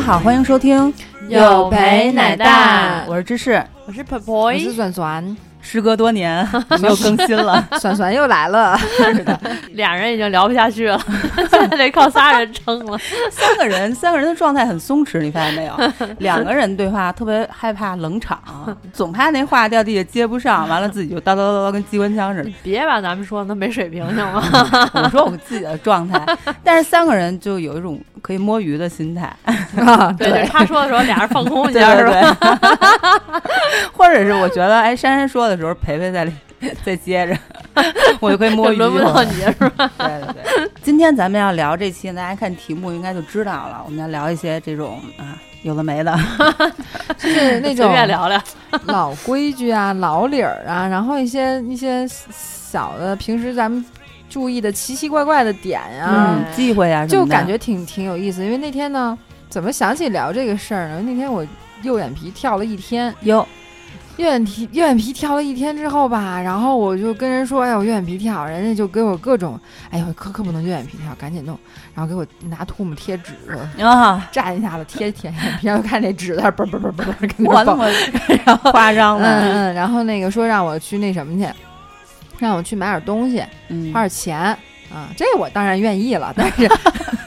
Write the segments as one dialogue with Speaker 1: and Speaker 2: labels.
Speaker 1: 好，欢迎收听，
Speaker 2: 有陪奶大，
Speaker 1: 我是芝士。
Speaker 2: 我是
Speaker 3: 我
Speaker 2: Purple，
Speaker 3: 是酸酸，
Speaker 1: 时隔多年没有更新 了，
Speaker 3: 酸酸又来了，
Speaker 2: 俩人已经聊不下去了，现在得靠仨人撑了。
Speaker 1: 三个人，三个人的状态很松弛，你发现没有？两个人对话特别害怕冷场，总怕那话掉地下接不上，完了自己就叨叨叨叨跟机关枪似的。
Speaker 2: 别把咱们说那没水平行吗？
Speaker 1: 我说我自己的状 态，但是三个人就有一种可以摸鱼的心态，
Speaker 3: 啊
Speaker 2: 对，就是他说的时候，俩人放 空一
Speaker 1: 对
Speaker 2: 下是
Speaker 1: 对
Speaker 2: 吧？
Speaker 1: 对， 或者是我觉得，哎，珊珊说的时候，培培在里再接着，我就可以摸
Speaker 2: 就
Speaker 1: 鱼
Speaker 2: 轮不
Speaker 1: 了
Speaker 2: 到你是吧？
Speaker 1: 对对对，今天咱们要聊这期，大家看题目应该就知道了，我们要聊一些这种啊有的没的，
Speaker 3: 就是 那
Speaker 2: 随
Speaker 3: 种
Speaker 2: 便聊聊，
Speaker 3: 老规矩啊、老理儿啊，然后一些一些小的平时咱们注意的奇奇怪怪的点啊，
Speaker 1: 嗯，忌讳啊什么
Speaker 3: 就
Speaker 1: 的，
Speaker 3: 感觉挺挺有意思。因为那天呢，怎么想起聊这个事儿呢？那天我右眼皮跳了一天，
Speaker 1: 哟，
Speaker 3: 右眼皮右眼皮跳了一天之后吧，然后我就跟人说，哎，我右眼皮跳，人家就给我各种，哎呦，可可不能右眼皮跳，赶紧弄，然后给我拿唾沫贴纸。
Speaker 1: 啊，
Speaker 3: 蘸一下子贴贴，然后看那纸在那儿嘣嘣嘣嘣嘣跟
Speaker 1: 我
Speaker 3: 那
Speaker 1: 那
Speaker 3: 蹦，
Speaker 1: 么夸张
Speaker 3: 嗯
Speaker 1: 吗？
Speaker 3: 嗯，然后那个说让我去那什么去，让我去买点东西，
Speaker 1: 嗯
Speaker 3: 花点钱啊，这我当然愿意了，但是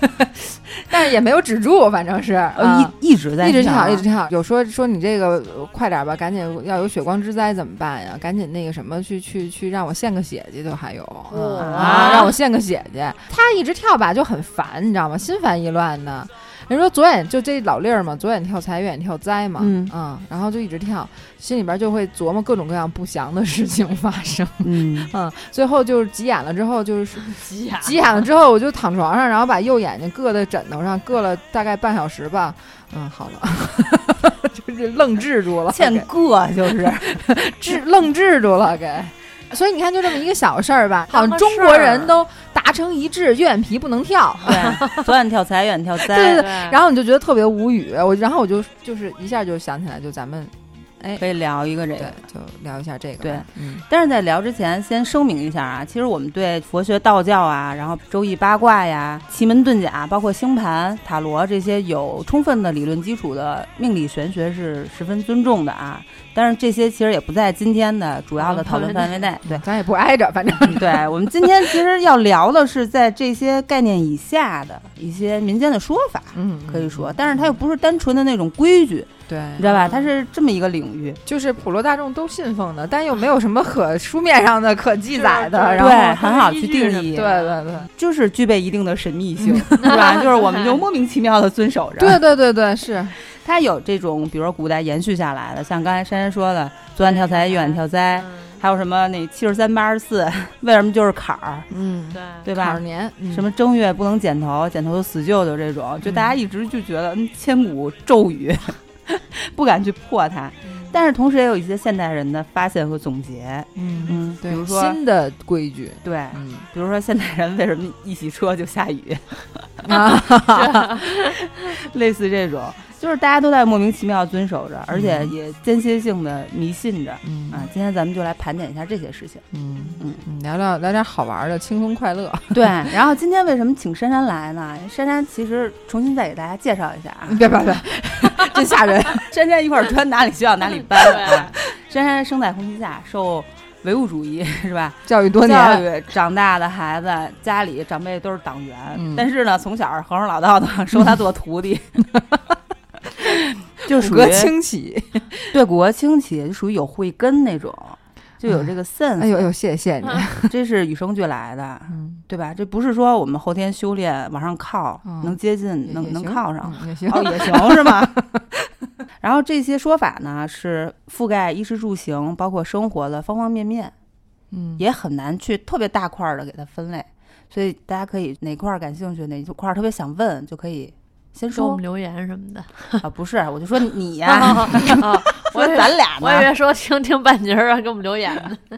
Speaker 3: 但是也没有止住，反正是
Speaker 1: 呃
Speaker 3: 啊。
Speaker 1: 一一直在
Speaker 3: 一直
Speaker 1: 跳啊，
Speaker 3: 跳，一直跳。有说说你这个呃快点吧，赶紧要有血光之灾怎么办呀？赶紧那个什么去去去，让我献个血去，都还有嗯
Speaker 2: 哇
Speaker 3: 啊，让我献个血去。他一直跳吧就很烦，你知道吗？心烦意乱的。人说左眼就这老粒儿嘛，左眼跳财，右眼跳灾嘛，
Speaker 1: 嗯
Speaker 3: 然后就一直跳，心里边就会琢磨各种各样不祥的事情发生，
Speaker 1: 嗯，
Speaker 3: 嗯，最后就是急眼了之后就是
Speaker 2: 急眼
Speaker 3: 急眼了之后，我就躺床上，然后把右眼睛硌在枕头上，硌了大概半小时吧。嗯，好了， 就是愣滞住了，
Speaker 1: 欠
Speaker 3: 给
Speaker 1: 个 就是，
Speaker 3: 滞愣滞住了，给。所以你看，就这么一个小事儿吧，好像
Speaker 2: 当个
Speaker 3: 中
Speaker 2: 事
Speaker 3: 国
Speaker 2: 儿
Speaker 1: 啊
Speaker 3: 人都达成一致，右眼皮不能跳。
Speaker 1: 对， 左眼跳财，右眼跳
Speaker 3: 对
Speaker 1: 灾，
Speaker 3: 对然后你就觉得特别无语，我然后我就就是一下就想起来，就咱们
Speaker 1: 可以聊一个这
Speaker 3: 对
Speaker 1: 个。
Speaker 3: 就聊一下这
Speaker 1: 哎
Speaker 3: 个吧。
Speaker 1: 对
Speaker 3: 嗯，
Speaker 1: 但是在聊之前，先声明一下啊，其实我们对佛学、道教啊，然后周易八卦呀、奇门遁甲，包括星盘、塔罗这些有充分的理论基础的命理玄学是十分尊重的啊。但是这些其实也不在今天的主要的讨论范围内。对，
Speaker 3: 嗯咱也不挨着，反正
Speaker 1: 对我们今天其实要聊的啊是在这些概念以下的一些民间的说法，
Speaker 3: 嗯，
Speaker 1: 可以说，但是它又不是单纯的那种规矩，
Speaker 3: 对，
Speaker 1: 你知道吧？它是这么一个领域。
Speaker 3: 就是普罗大众都信奉的，但又没有什么可书面上的可记载的，
Speaker 2: 是
Speaker 3: 然后
Speaker 1: 对，很好去定
Speaker 2: 依据
Speaker 1: 义。
Speaker 3: 对对对。
Speaker 1: 就是具备一定的神秘 性，是吧？就是我们就莫名其妙的遵守着。
Speaker 3: 对，对对对，是
Speaker 1: 它有这种，比如说古代延续下来的，像刚才珊珊说的，左眼跳财，右眼跳
Speaker 3: 嗯
Speaker 1: 灾，
Speaker 2: 嗯
Speaker 1: 还有什么那七十三八十四， 为什么就是坎儿，
Speaker 3: 嗯，
Speaker 2: 对
Speaker 1: 对
Speaker 3: 二
Speaker 1: 吧？
Speaker 3: 年嗯
Speaker 1: 什么正月不能剪头，剪头就死舅舅这种，就大家一直就觉得嗯千古咒语， 不敢去破它。
Speaker 2: 嗯
Speaker 1: 但是同时也有一些现代人的发现和总结，
Speaker 3: 嗯嗯，
Speaker 1: 嗯，比
Speaker 3: 对，
Speaker 1: 如说
Speaker 3: 新的规矩，
Speaker 1: 对，
Speaker 3: 嗯
Speaker 1: 比如说现代人为什么一洗车就下雨，
Speaker 3: 啊，
Speaker 1: 类似这种，就是大家都在莫名其妙遵守着，而且也间歇性的迷信着啊
Speaker 3: 嗯。
Speaker 1: 今天咱们就来盘点一下这些事情。
Speaker 3: 嗯嗯，聊聊聊点好玩的，轻松快乐，
Speaker 1: 对，然后今天为什么请珊珊来呢？珊珊其实重新再给大家介绍一下 啊，
Speaker 3: 别别 别，
Speaker 1: 真吓人！珊珊一块儿穿哪里学校哪里班 啊？珊珊生在红旗下，受唯物主义是吧？
Speaker 3: 教育多
Speaker 1: 教
Speaker 3: 年，
Speaker 1: 育长大的孩子，家里长辈都是党员，
Speaker 3: 嗯
Speaker 1: 但是呢，从小儿皇上老道的 收他做徒弟，就
Speaker 3: 骨
Speaker 1: 属于
Speaker 3: 骼清 奇，
Speaker 1: 对，骨骼清奇，就属于有慧根那种，就有这个 sense，、
Speaker 3: 哎呦哎呦，谢谢谢谢你，
Speaker 1: 这是与生俱来的，
Speaker 3: 嗯，
Speaker 1: 对吧？这不是说我们后天修炼往上靠，
Speaker 3: 嗯
Speaker 1: 能接近，
Speaker 3: 也
Speaker 1: 能
Speaker 3: 也
Speaker 1: 能
Speaker 3: 行
Speaker 1: 靠上，
Speaker 3: 嗯也行，
Speaker 1: 哦，也行是吗？ 然后这些说法呢，是覆盖衣食住行，包括生活的方方面面，
Speaker 3: 嗯，
Speaker 1: 也很难去特别大块的给它分类。所以大家可以哪块儿感兴趣，哪块儿特别想问，就可以先
Speaker 2: 给我
Speaker 1: 说
Speaker 2: 们留言什么的。
Speaker 1: 啊。不是，我就说你呀、
Speaker 2: 啊，
Speaker 1: 说咱俩
Speaker 2: 我以
Speaker 1: 呢，
Speaker 2: 为说听听半截儿啊，给我们留言呢。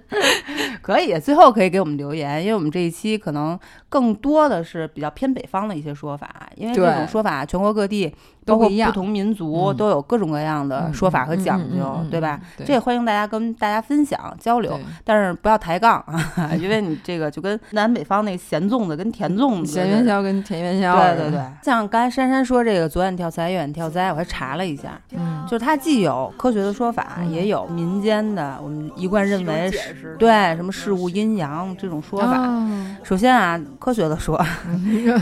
Speaker 1: 可以，最后可以给我们留言，因为我们这一期可能更多的是比较偏北方的一些说法，因为这
Speaker 3: 对
Speaker 1: 种说法全国各地，
Speaker 3: 都
Speaker 1: 包
Speaker 3: 不
Speaker 1: 括
Speaker 3: 一样
Speaker 1: 不同民族
Speaker 3: 嗯
Speaker 1: 都有各种各样的说法和讲
Speaker 3: 嗯嗯
Speaker 1: 究
Speaker 3: 嗯嗯，
Speaker 1: 对吧？
Speaker 3: 对
Speaker 1: 这也欢迎大家跟大家分享交流
Speaker 3: 对，
Speaker 1: 但是不要抬杠啊，因为你这个就跟南北方那咸粽子跟甜粽子似的，
Speaker 3: 咸元宵跟甜元宵，
Speaker 1: 对对对，，像刚才珊珊说这个左眼跳财右眼跳灾，我还查了一下，
Speaker 3: 嗯，
Speaker 1: 就是它既有科学的说法，
Speaker 3: 嗯
Speaker 1: 也有民间的我们一贯认为
Speaker 4: 解
Speaker 1: 是
Speaker 4: 释
Speaker 1: 对什
Speaker 3: 嗯
Speaker 1: 么事物阴阳这种说法。
Speaker 3: 啊
Speaker 1: 首先啊，科学的说，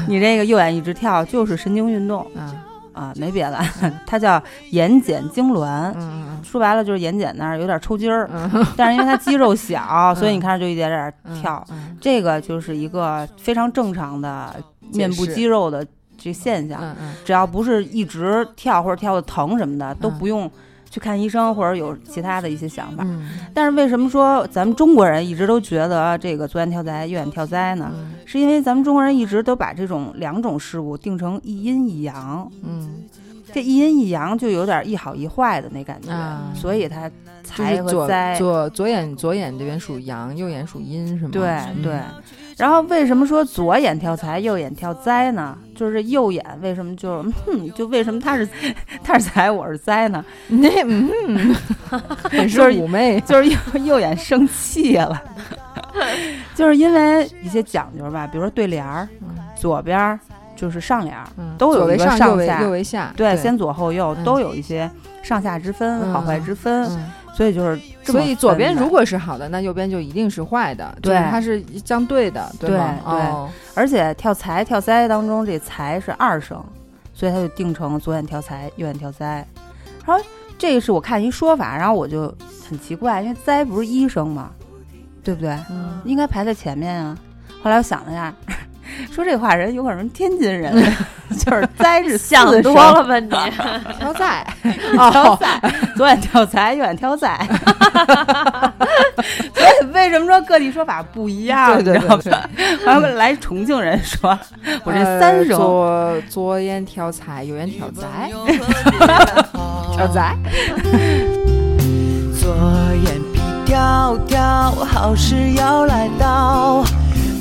Speaker 1: 你这个右眼一直跳就是神经运动
Speaker 3: 啊
Speaker 1: 啊，没别的， 它叫眼睑痉挛。
Speaker 3: 嗯
Speaker 1: 说白了就是眼睑那儿有点抽筋儿，
Speaker 3: 嗯
Speaker 1: 但是因为它肌肉小，所以你看着就一点点儿
Speaker 3: 嗯，
Speaker 1: 跳。
Speaker 3: 嗯，
Speaker 1: 这个就是一个非常正常的
Speaker 3: 解
Speaker 1: 面部
Speaker 3: 释
Speaker 1: 肌肉的这现象。
Speaker 3: 嗯嗯
Speaker 1: 只要不是一直跳或者跳的疼什么的，都
Speaker 3: 嗯
Speaker 1: 不用去看医生或者有其他的一些想法。
Speaker 3: 嗯
Speaker 1: 但是为什么说咱们中国人一直都觉得这个左眼跳灾，右眼跳灾呢？
Speaker 3: 嗯
Speaker 1: 是因为咱们中国人一直都把这种两种事物定成一阴一阳，
Speaker 3: 嗯，
Speaker 1: 这一阴一阳就有点一好一坏的那感觉，
Speaker 3: 啊
Speaker 1: 所以它
Speaker 3: 就
Speaker 1: 财
Speaker 3: 是
Speaker 1: 和
Speaker 3: 左
Speaker 1: 灾。
Speaker 3: 左左眼左眼这边属阳，右眼属阴，是吗？
Speaker 1: 对
Speaker 3: 嗯
Speaker 1: 对，然后为什么说左眼跳财，右眼跳灾呢？就是右眼为什么就是哼，就为什么他是 他是财，我是灾呢？
Speaker 3: 那嗯，很是
Speaker 1: 就是
Speaker 3: 妩媚，
Speaker 1: 就是 右右眼生气了，就是因为一些讲究吧，比如说对联儿，左边儿就是上联儿，
Speaker 3: 嗯
Speaker 1: 都有
Speaker 3: 左为
Speaker 1: 一个
Speaker 3: 上，
Speaker 1: 上
Speaker 3: 右为
Speaker 1: 下
Speaker 3: 右为下，
Speaker 1: 对，先左后右
Speaker 3: 嗯
Speaker 1: 都有一些上下之分、
Speaker 3: 嗯
Speaker 1: 好坏之分，
Speaker 3: 嗯
Speaker 1: 所以就是这么
Speaker 3: 所以左边
Speaker 1: 分的
Speaker 3: 如果是好的，那右边就一定是坏的，
Speaker 1: 对
Speaker 3: 就是它是相对的，
Speaker 1: 对
Speaker 3: 吗？
Speaker 1: 对
Speaker 3: 哦
Speaker 1: 而且跳财跳灾当中这财是二声，所以它就定成左眼跳财，右眼跳灾。然后这个是我看一说法，然后我就很奇怪，因为灾不是一声嘛，对不对？
Speaker 3: 嗯，
Speaker 1: 应该排在前面啊。后来我想了一下， 说这话人有可能是天津 人，就是灾是四
Speaker 2: 想多
Speaker 1: 声，
Speaker 2: 了吧你？
Speaker 3: 挑在哦
Speaker 1: 挑菜，左眼挑财，右眼挑菜。 所以为什么说各地说法不一样？
Speaker 3: 对对
Speaker 1: 你知道
Speaker 3: 对
Speaker 1: 吗
Speaker 3: 对，
Speaker 1: 然后来重庆人说，我这三
Speaker 3: 呃
Speaker 1: 声。
Speaker 3: 左左眼挑财，右眼挑 灾，挑
Speaker 4: 跳
Speaker 3: 灾，
Speaker 4: 左眼皮跳跳，好事要来到，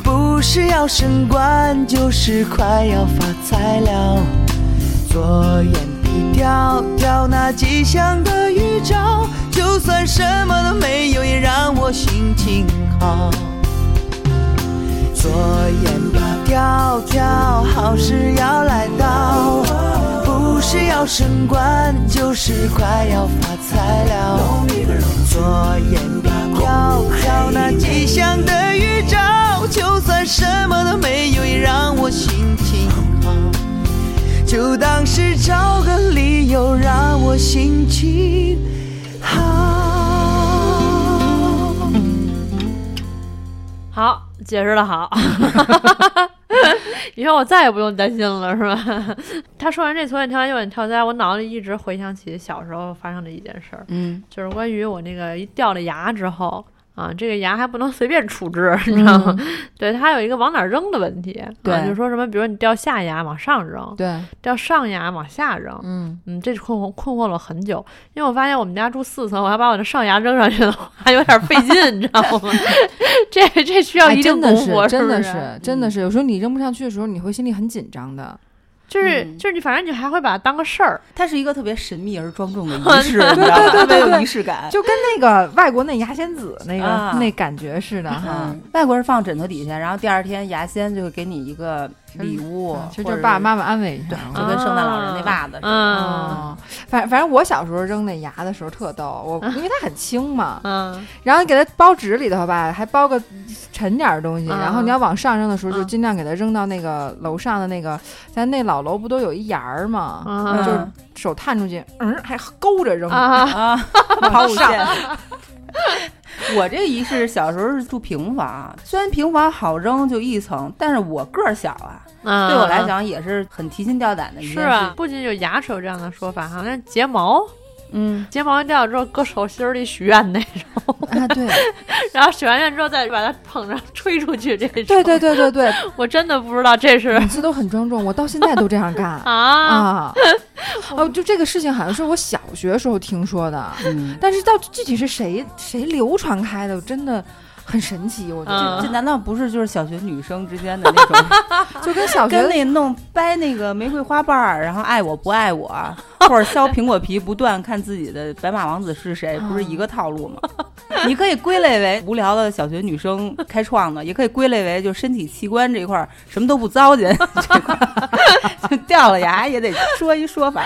Speaker 4: 不是要升官，就是快要发财了。左眼皮跳跳，那吉祥的预兆，就算什么都没有，也让我心情好。左眼吧，跳跳，好事要来到，不是要升官，就是快要发财了。左眼吧，跳跳，那吉祥的预兆，就算什么都没有，也让我心情好。就当是找个理由让我心情好。
Speaker 2: 好，解释的好。以后我再也不用担心了，是吧？他说完这左眼跳右眼跳灾，我脑子里一直回想起小时候发生的一件事儿，
Speaker 1: 嗯，
Speaker 2: 就是关于我那个一掉了牙之后啊，这个牙还不能随便处置，你知道吗？对，它有一个往哪儿扔的问题，
Speaker 1: 对
Speaker 2: 啊、就说什么，比如你掉下牙往上扔，
Speaker 3: 对，
Speaker 2: 掉上牙往下扔，
Speaker 3: 嗯，
Speaker 2: 嗯，这困惑困惑了很久，因为我发现我们家住四层，我要把我的上牙扔上去的话，还有点费劲， 你知道吗？这这需要
Speaker 3: 哎
Speaker 2: 一定
Speaker 3: 真的
Speaker 2: 功夫，
Speaker 3: 是，真的
Speaker 2: 是不是，嗯
Speaker 3: 真的是，有时候你扔不上去的时候，你会心里很紧张的，
Speaker 2: 就是、
Speaker 1: 嗯
Speaker 2: 就是你，反正你还会把它当个事儿，
Speaker 1: 它是一个特别神秘而庄重的仪 式，你知道吧？特别有仪式感。
Speaker 3: 就跟那个外国那牙仙子那
Speaker 1: 嗯啊
Speaker 3: 个那感觉似的哈
Speaker 1: 嗯。，外国人放枕头底下，然后第二天牙仙就会给你一个礼物，
Speaker 3: 嗯其实
Speaker 1: 嗯或
Speaker 3: 就
Speaker 1: 者
Speaker 3: 是爸爸妈妈安慰一下
Speaker 1: 对，
Speaker 3: 我。
Speaker 1: 就跟圣诞老人那袜子似的。
Speaker 2: 啊嗯
Speaker 3: 哦，反反正我小时候扔那牙的时候特逗，我
Speaker 1: 啊
Speaker 3: 因为它很轻嘛，
Speaker 2: 嗯，
Speaker 3: 然后给它包纸里头吧，还包个沉点儿的东西，
Speaker 2: 嗯
Speaker 3: 然后你要往上扔的时候，
Speaker 2: 嗯
Speaker 3: 就尽量给它扔到那个楼上的那个，咱那老楼不都有一檐儿嘛，
Speaker 2: 嗯
Speaker 3: 就是手探出去，嗯，还勾着扔，
Speaker 2: 啊，
Speaker 1: 啊， 跑五线。 我这仪式小时候是住平房，虽然平房好扔就一层，但是我个儿小啊，
Speaker 2: 嗯
Speaker 1: 对我来。讲也是很提心吊胆的一件
Speaker 2: 是啊
Speaker 1: 事。
Speaker 2: 啊，不仅有牙齿有这样的说法，好像睫毛
Speaker 1: 嗯，
Speaker 2: 睫毛掉了之后搁手心儿里许愿那种，
Speaker 3: 啊，对，
Speaker 2: 然后许完愿之后再把它捧上吹出去这 种。
Speaker 3: 对对对对对，
Speaker 2: 我真的不知道这是
Speaker 3: 每次都很庄重，我到现在都这样干
Speaker 2: 啊，
Speaker 3: 啊。哦，就这个事情好像是我小学时候听说的，
Speaker 1: 嗯，
Speaker 3: 但是到底具体是谁谁流传开的，我真的很神奇，我觉
Speaker 2: 嗯
Speaker 3: 得、
Speaker 1: 这难道不是就是小学女生之间的那种，
Speaker 3: 就跟小学
Speaker 1: 跟
Speaker 3: 的
Speaker 1: 那弄掰那个玫瑰花瓣儿，然后爱我不爱我，或者削苹果皮，不断看自己的白马王子是谁，不是一个套路吗？ 你可以归类为无聊的小学女生开创的，也可以归类为就身体器官这一块儿什么都不糟践 这块儿， 就掉了牙也得说一说法，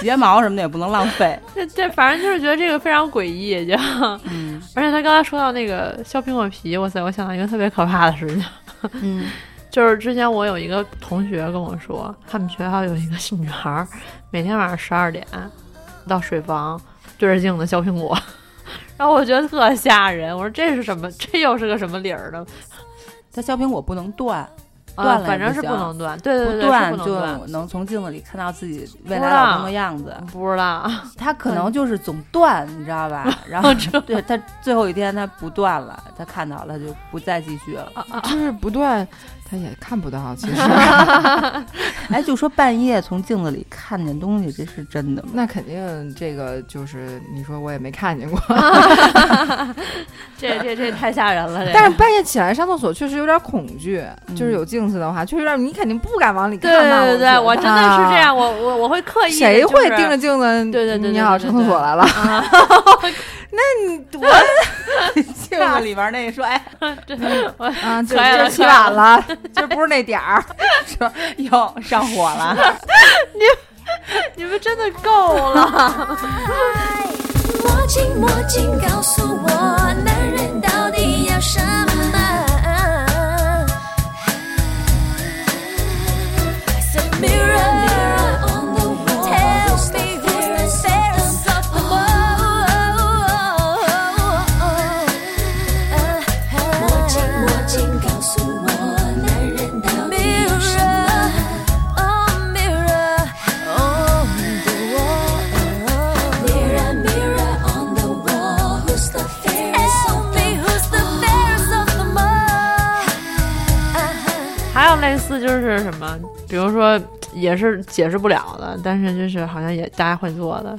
Speaker 1: 睫毛什么的也不能浪费。
Speaker 2: 这这反正就是觉得这个非常诡异，就
Speaker 1: 嗯
Speaker 2: 而且他刚才说到那个削苹果皮，哇塞，我想到一个特别可怕的事情，
Speaker 1: 嗯
Speaker 2: 就是之前我有一个同学跟我说，他们学校有一个女孩儿，每天晚上十二点到水房对着镜子削苹果， 然后我觉得特吓人，我说这是什么？这又是个什么理儿呢？
Speaker 1: 它削苹果不能断，断
Speaker 2: 啊，
Speaker 1: 了也
Speaker 2: 反正
Speaker 1: 不
Speaker 2: 是不
Speaker 1: 行
Speaker 2: 能断，对对对，
Speaker 1: 不
Speaker 2: 对是
Speaker 1: 断
Speaker 2: 不能
Speaker 1: 就
Speaker 2: 断。
Speaker 1: 能从镜子里看到自己未
Speaker 2: 不
Speaker 1: 来
Speaker 2: 知道
Speaker 1: 老公的样子。
Speaker 2: 不 知道，
Speaker 1: 他可能就是总断，你知道吧？然后对他最后一天他不断了，他看到了就不再继续了。
Speaker 3: 啊就是不断，他也看不到，其实
Speaker 1: 哎，就说半夜从镜子里看见东西，这是真的吗？
Speaker 3: 那肯定这个就是你说我也没看见过，
Speaker 2: 这这这太吓人了。这
Speaker 3: 但
Speaker 2: 个
Speaker 3: 是半夜起来上厕所确实有点恐惧，
Speaker 1: 嗯
Speaker 3: 就是有镜子的话，确实有点你肯定不敢往里
Speaker 2: 对
Speaker 3: 看吧
Speaker 2: 对对对，
Speaker 3: 我
Speaker 2: 我
Speaker 3: 觉
Speaker 2: 真
Speaker 3: 得啊
Speaker 2: 的是这样，我我我会刻意地
Speaker 3: 谁
Speaker 2: 就是
Speaker 3: 会盯着镜子？
Speaker 2: 对对对对
Speaker 3: 你好，
Speaker 2: 对对
Speaker 3: 上厕所来了，
Speaker 2: 啊？
Speaker 1: 镜子里边那说，哎，
Speaker 2: 这我
Speaker 3: 啊，今
Speaker 2: 可以
Speaker 3: 儿
Speaker 2: 嗯了
Speaker 3: 起晚了，今儿不是那 点儿，
Speaker 1: 哟，上火了。
Speaker 2: 你们真的够了。
Speaker 5: 魔镜魔镜告诉我，男人到底要什么？The mirror oh, mirror on the wall, tell me who's the fairest of them all。魔镜魔镜告诉我，男人到底要什么？Oh mirror on the wall, mirror mirror on the wall, who's the fairest of me? Who's the fairest of them all?
Speaker 2: 还有类似就是什么，比如说也是解释不了的，但是就是好像也大家会做的，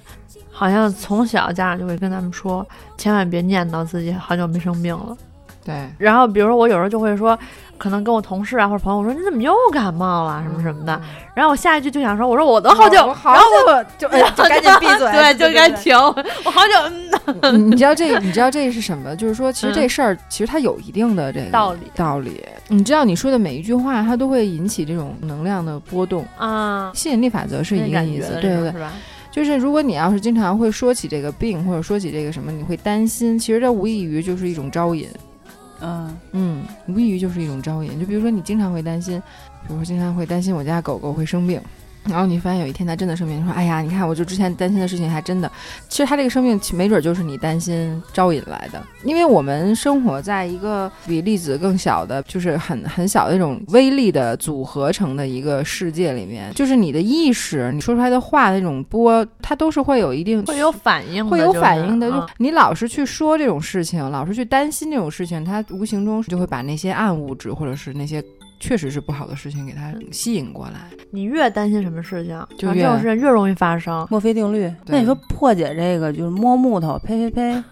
Speaker 2: 好像从小家长就会跟他们说，千万别念叨自己好久没生病了。
Speaker 3: 对，
Speaker 2: 然后比如说我有时候就会说，可能跟我同事啊或者朋友说，你怎么又感冒了什么什么的，然后我下一句就想说，我说我都好 久，
Speaker 3: 我好
Speaker 2: 然后
Speaker 3: 久就哎就赶紧闭嘴，
Speaker 2: 对，就该停，我好久嗯
Speaker 3: 你你知道这，你知道这是什么？就是说，其实
Speaker 2: 嗯
Speaker 3: 这事儿、其实它有一定的这个
Speaker 2: 道理
Speaker 3: 道理。你知道你说的每一句话，它都会引起这种能量的波动。
Speaker 2: 啊，
Speaker 3: 吸引力法则是
Speaker 2: 那
Speaker 3: 一个
Speaker 2: 感
Speaker 3: 意
Speaker 2: 觉
Speaker 3: 思
Speaker 2: 的，
Speaker 3: 对
Speaker 2: 那
Speaker 3: 对
Speaker 2: 种
Speaker 3: 对，
Speaker 2: 是吧？
Speaker 3: 就是如果你要是经常会说起这个病或者说起这个什么，你会担心，其实这无异于就是一种招引，
Speaker 1: 嗯，
Speaker 3: 嗯，无异于就是一种招引。就比如说你经常会担心，比如说经常会担心我家狗狗会生病，然后你发现有一天它真的生病，你说哎呀，你看我就之前担心的事情还真的，其实它这个生病其没准就是你担心招引来的，因为我们生活在一个比粒子更小的，就是很很小的一种微粒的组合成的一个世界里面，就是你的意识，你说出来的话的那种波，它都是会有一定
Speaker 2: 会有反应的，
Speaker 3: 会有
Speaker 2: 就是
Speaker 3: 反应的，就
Speaker 2: 嗯
Speaker 3: 你老是去说这种事情，老是去担心这种事情，它无形中就会把那些暗物质或者是那些确实是不好的事情给它
Speaker 1: 嗯
Speaker 3: 吸引过来。
Speaker 2: 你越担心什么事情，
Speaker 3: 就
Speaker 2: 然后这
Speaker 3: 越
Speaker 2: 种事情越容易发生。
Speaker 1: 墨菲定律。
Speaker 3: 对
Speaker 1: 那你说破解这个就是摸木头，呸呸呸，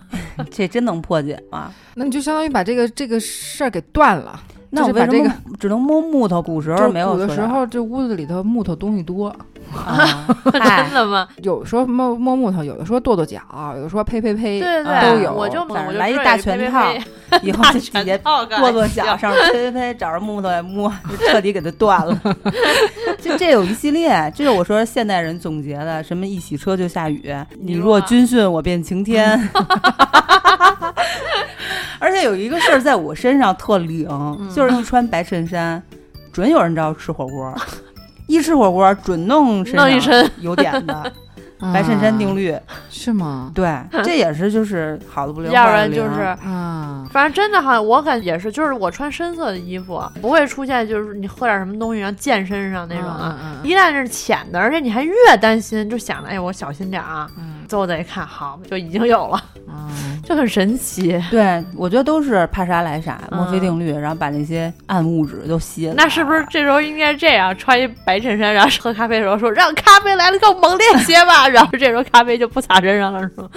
Speaker 1: 这真能破解吗？
Speaker 3: 那你就相当于把这个这个事儿给断了。
Speaker 1: 那我
Speaker 3: 就是把
Speaker 1: 为什
Speaker 3: 这
Speaker 1: 么只能摸木头？古时
Speaker 3: 就
Speaker 1: 候
Speaker 3: 是
Speaker 1: 没有
Speaker 3: 古的
Speaker 1: 塑
Speaker 3: 时
Speaker 1: 料
Speaker 3: 候，这屋子里头木头东西多，
Speaker 1: 啊，
Speaker 2: 真
Speaker 1: 嗨
Speaker 2: 的吗？
Speaker 3: 有时候摸摸木头，有的时候跺跺脚，有的时候呸呸呸。
Speaker 2: 对对
Speaker 1: 啊
Speaker 2: 对，
Speaker 3: 都有
Speaker 2: 我就
Speaker 1: 反正
Speaker 2: 我就
Speaker 1: 来一
Speaker 2: 知道
Speaker 1: 大
Speaker 2: 有
Speaker 1: 全
Speaker 2: 贝贝
Speaker 1: 套
Speaker 2: 贝
Speaker 1: 以后
Speaker 2: 大
Speaker 1: 就直接
Speaker 2: 全套感
Speaker 1: 跺跺
Speaker 2: 觉
Speaker 1: 脚，上面呸呸呸，找着木头也摸，就彻底给它断了。 这这有一系列，这是我说现代人总结的，什么一洗车就下雨，你若
Speaker 2: 啊
Speaker 1: 军训我便晴天。 而且有一个事儿在我身上特灵，
Speaker 2: 嗯
Speaker 1: 就是一穿白衬衫，准有人知道吃火锅，一吃火锅准弄身上
Speaker 2: 弄一身
Speaker 1: 有点的
Speaker 3: 啊
Speaker 1: 白衬衫定 律。
Speaker 3: 是吗？
Speaker 1: 对，这也是就是好的不灵，
Speaker 2: 要不
Speaker 1: 坏的
Speaker 2: 然
Speaker 1: 灵
Speaker 2: 就是。
Speaker 3: 啊，
Speaker 2: 反正真的好像我感觉也是，就是我穿深色的衣服，不会出现就是你喝点什么东西然后溅身上那种啊。
Speaker 3: 啊。
Speaker 2: 一旦是浅的，而且你还越担心，就想着哎，我小心点儿啊。
Speaker 3: 嗯
Speaker 2: 就得看好，就已经有了，
Speaker 3: 嗯，
Speaker 2: 就很神奇。
Speaker 1: 对，我觉得都是怕啥来啥，墨菲
Speaker 2: 嗯
Speaker 1: 定律，然后把那些暗物质都吸引。
Speaker 2: 那是不是？这时候应该这样，穿一白衬衫，然后喝咖啡的时候说：“让咖啡来的更猛烈些吧。”然后这时候咖啡就不洒身上了，是吗？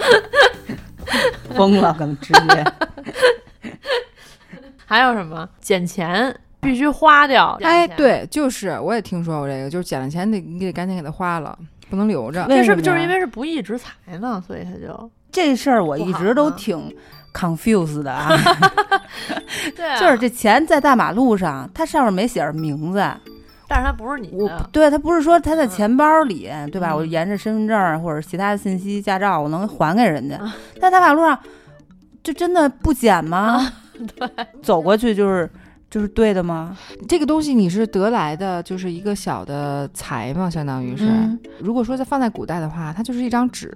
Speaker 1: 疯了，可能直接。
Speaker 2: 还有什么？捡钱必须花掉。
Speaker 3: 哎，
Speaker 2: 捡钱，
Speaker 3: 对，就是我也听说过这个，就是捡了钱得你得赶紧给他花了，不能留着。
Speaker 1: 为
Speaker 2: 这是
Speaker 1: 什
Speaker 2: 不
Speaker 1: 么
Speaker 2: 就是因
Speaker 1: 呀
Speaker 2: 为是不义之财呢？所以他就
Speaker 1: 这事儿我
Speaker 2: 不
Speaker 1: 一
Speaker 2: 好
Speaker 1: 直都
Speaker 2: 吗
Speaker 1: 挺 confused 的啊，
Speaker 2: 对啊、
Speaker 1: 就是这钱在大马路上，它上面没写着名字，
Speaker 2: 嗯但是他不是你
Speaker 1: 我
Speaker 2: 的，
Speaker 1: 对它不是说它在
Speaker 2: 嗯
Speaker 1: 钱包里，对吧？
Speaker 2: 嗯
Speaker 1: 我沿着身份证啊儿或者其他的信息、驾照，我能还给人
Speaker 2: 嗯
Speaker 1: 家。但大马路上，就真的不捡吗？ 对，走过去就是就是对的吗？
Speaker 3: 这个东西你是得来的，就是一个小的财嘛，相当于是。啊
Speaker 1: 嗯
Speaker 3: 如果说在放在古代的话，它就是一张纸，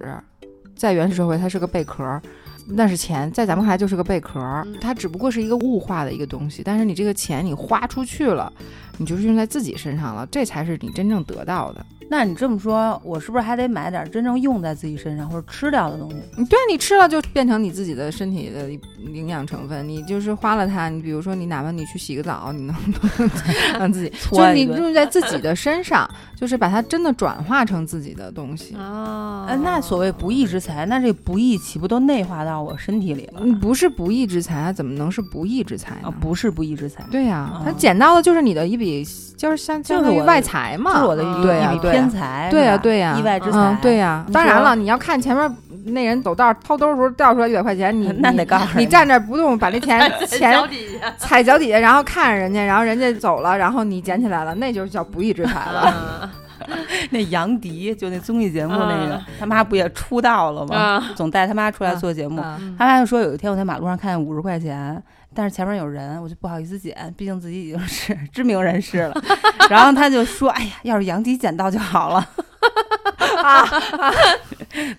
Speaker 3: 在原始社会它是个贝壳儿，那是钱，在咱们看来就是个贝壳儿
Speaker 2: 嗯，
Speaker 3: 它只不过是一个物化的一个东西。但是你这个钱你花出去了，你就是用在自己身上了，这才是你真正得到的。
Speaker 1: 那你这么说，我是不是还得买点真正用在自己身上或者吃掉的东西？
Speaker 3: 你对你吃了就变成你自己的身体的一营养成分，你就是花了它。你比如说，你哪怕你去洗个澡，你能 让自己，就
Speaker 1: 搓
Speaker 3: 是你
Speaker 1: 一顿
Speaker 3: 用在自己的身上，就是把它真的转化成自己的东西。
Speaker 2: 啊
Speaker 1: 哎，那所谓不义之财，那这不义岂不都内化到我身体里了？
Speaker 3: 嗯，不是不义之财，怎么能是不义之财
Speaker 1: 啊，
Speaker 3: 呢？
Speaker 1: 不是不义之财，
Speaker 3: 对呀、
Speaker 1: 啊
Speaker 3: 他捡到的就是你的一笔，就是相
Speaker 1: 就是
Speaker 3: 相当于
Speaker 1: 我的
Speaker 3: 外财嘛，
Speaker 1: 这是我的一
Speaker 3: 对呀
Speaker 1: 一笔
Speaker 3: 对呀
Speaker 1: 偏财，
Speaker 3: 啊嗯对呀、
Speaker 1: 呀
Speaker 3: 对呀、
Speaker 1: 意外之
Speaker 3: 嗯
Speaker 1: 财，，
Speaker 3: 对呀、
Speaker 1: 你
Speaker 3: 当然
Speaker 1: 说
Speaker 3: 了，你要看前面那人走道掏兜的时候掉出来一百块钱，你
Speaker 1: 那
Speaker 3: 你
Speaker 1: 得告诉
Speaker 3: 你
Speaker 1: 人
Speaker 3: 站那儿不动，把那 钱钱
Speaker 2: 脚底下。
Speaker 3: 踩脚底下，然后看着人家，然后人家走了，然后你捡起来了，那就是叫不义之
Speaker 1: 嗯
Speaker 3: 财 了。
Speaker 2: 啊
Speaker 1: 那杨迪就那综艺节目那个
Speaker 2: 啊，
Speaker 1: 他妈不也出道了吗？
Speaker 2: 啊！
Speaker 1: 总带他妈出来做节目，
Speaker 3: 嗯嗯
Speaker 1: 他妈就说有一天我在马路上看见五十块钱，但是前面有人，我就不好意思捡，毕竟自己已经是 知名人士 了。然后他就说：“哎呀，要是杨迪捡到就好 了。” 啊，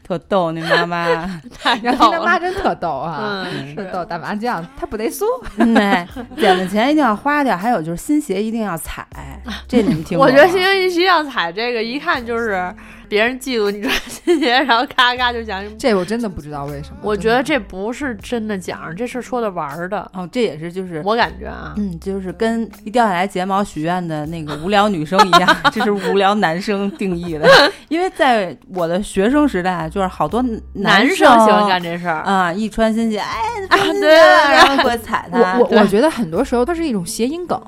Speaker 1: 特逗那妈 妈，
Speaker 2: 太
Speaker 3: 然后
Speaker 2: 逗
Speaker 3: 他
Speaker 2: 了
Speaker 3: 妈真特逗啊，
Speaker 2: 嗯，
Speaker 3: 特
Speaker 2: 是
Speaker 3: 逗打麻将，他不得输。
Speaker 1: 嗯，哎捡的钱一定要花掉，还有就是新鞋一定要 踩，这你们听过
Speaker 2: 我
Speaker 1: 吗？
Speaker 2: 觉得新星一要踩这个，一看就是别人嫉妒你穿新鞋，然后咔咔就想。
Speaker 3: 这我真的不知道为什么。
Speaker 2: 我
Speaker 3: 真
Speaker 2: 觉
Speaker 3: 的
Speaker 2: 得这不是真的讲，这是说的玩儿的。
Speaker 1: 哦，这也是就是
Speaker 2: 我感觉啊，
Speaker 1: 嗯，就是跟一掉下来睫毛许愿的那个无聊女生一样，这是无聊男生定义的。因为在我的学生时代，啊就是好多
Speaker 2: 男
Speaker 1: 嗯生
Speaker 2: 生喜欢干这事儿，
Speaker 1: 啊、一穿新鞋，哎，
Speaker 2: 啊
Speaker 1: 穿新
Speaker 2: 对
Speaker 1: 鞋
Speaker 2: 啊
Speaker 1: 然后过去踩它。
Speaker 3: 我
Speaker 1: 对
Speaker 3: 我我觉得很多时候它是一种谐音梗。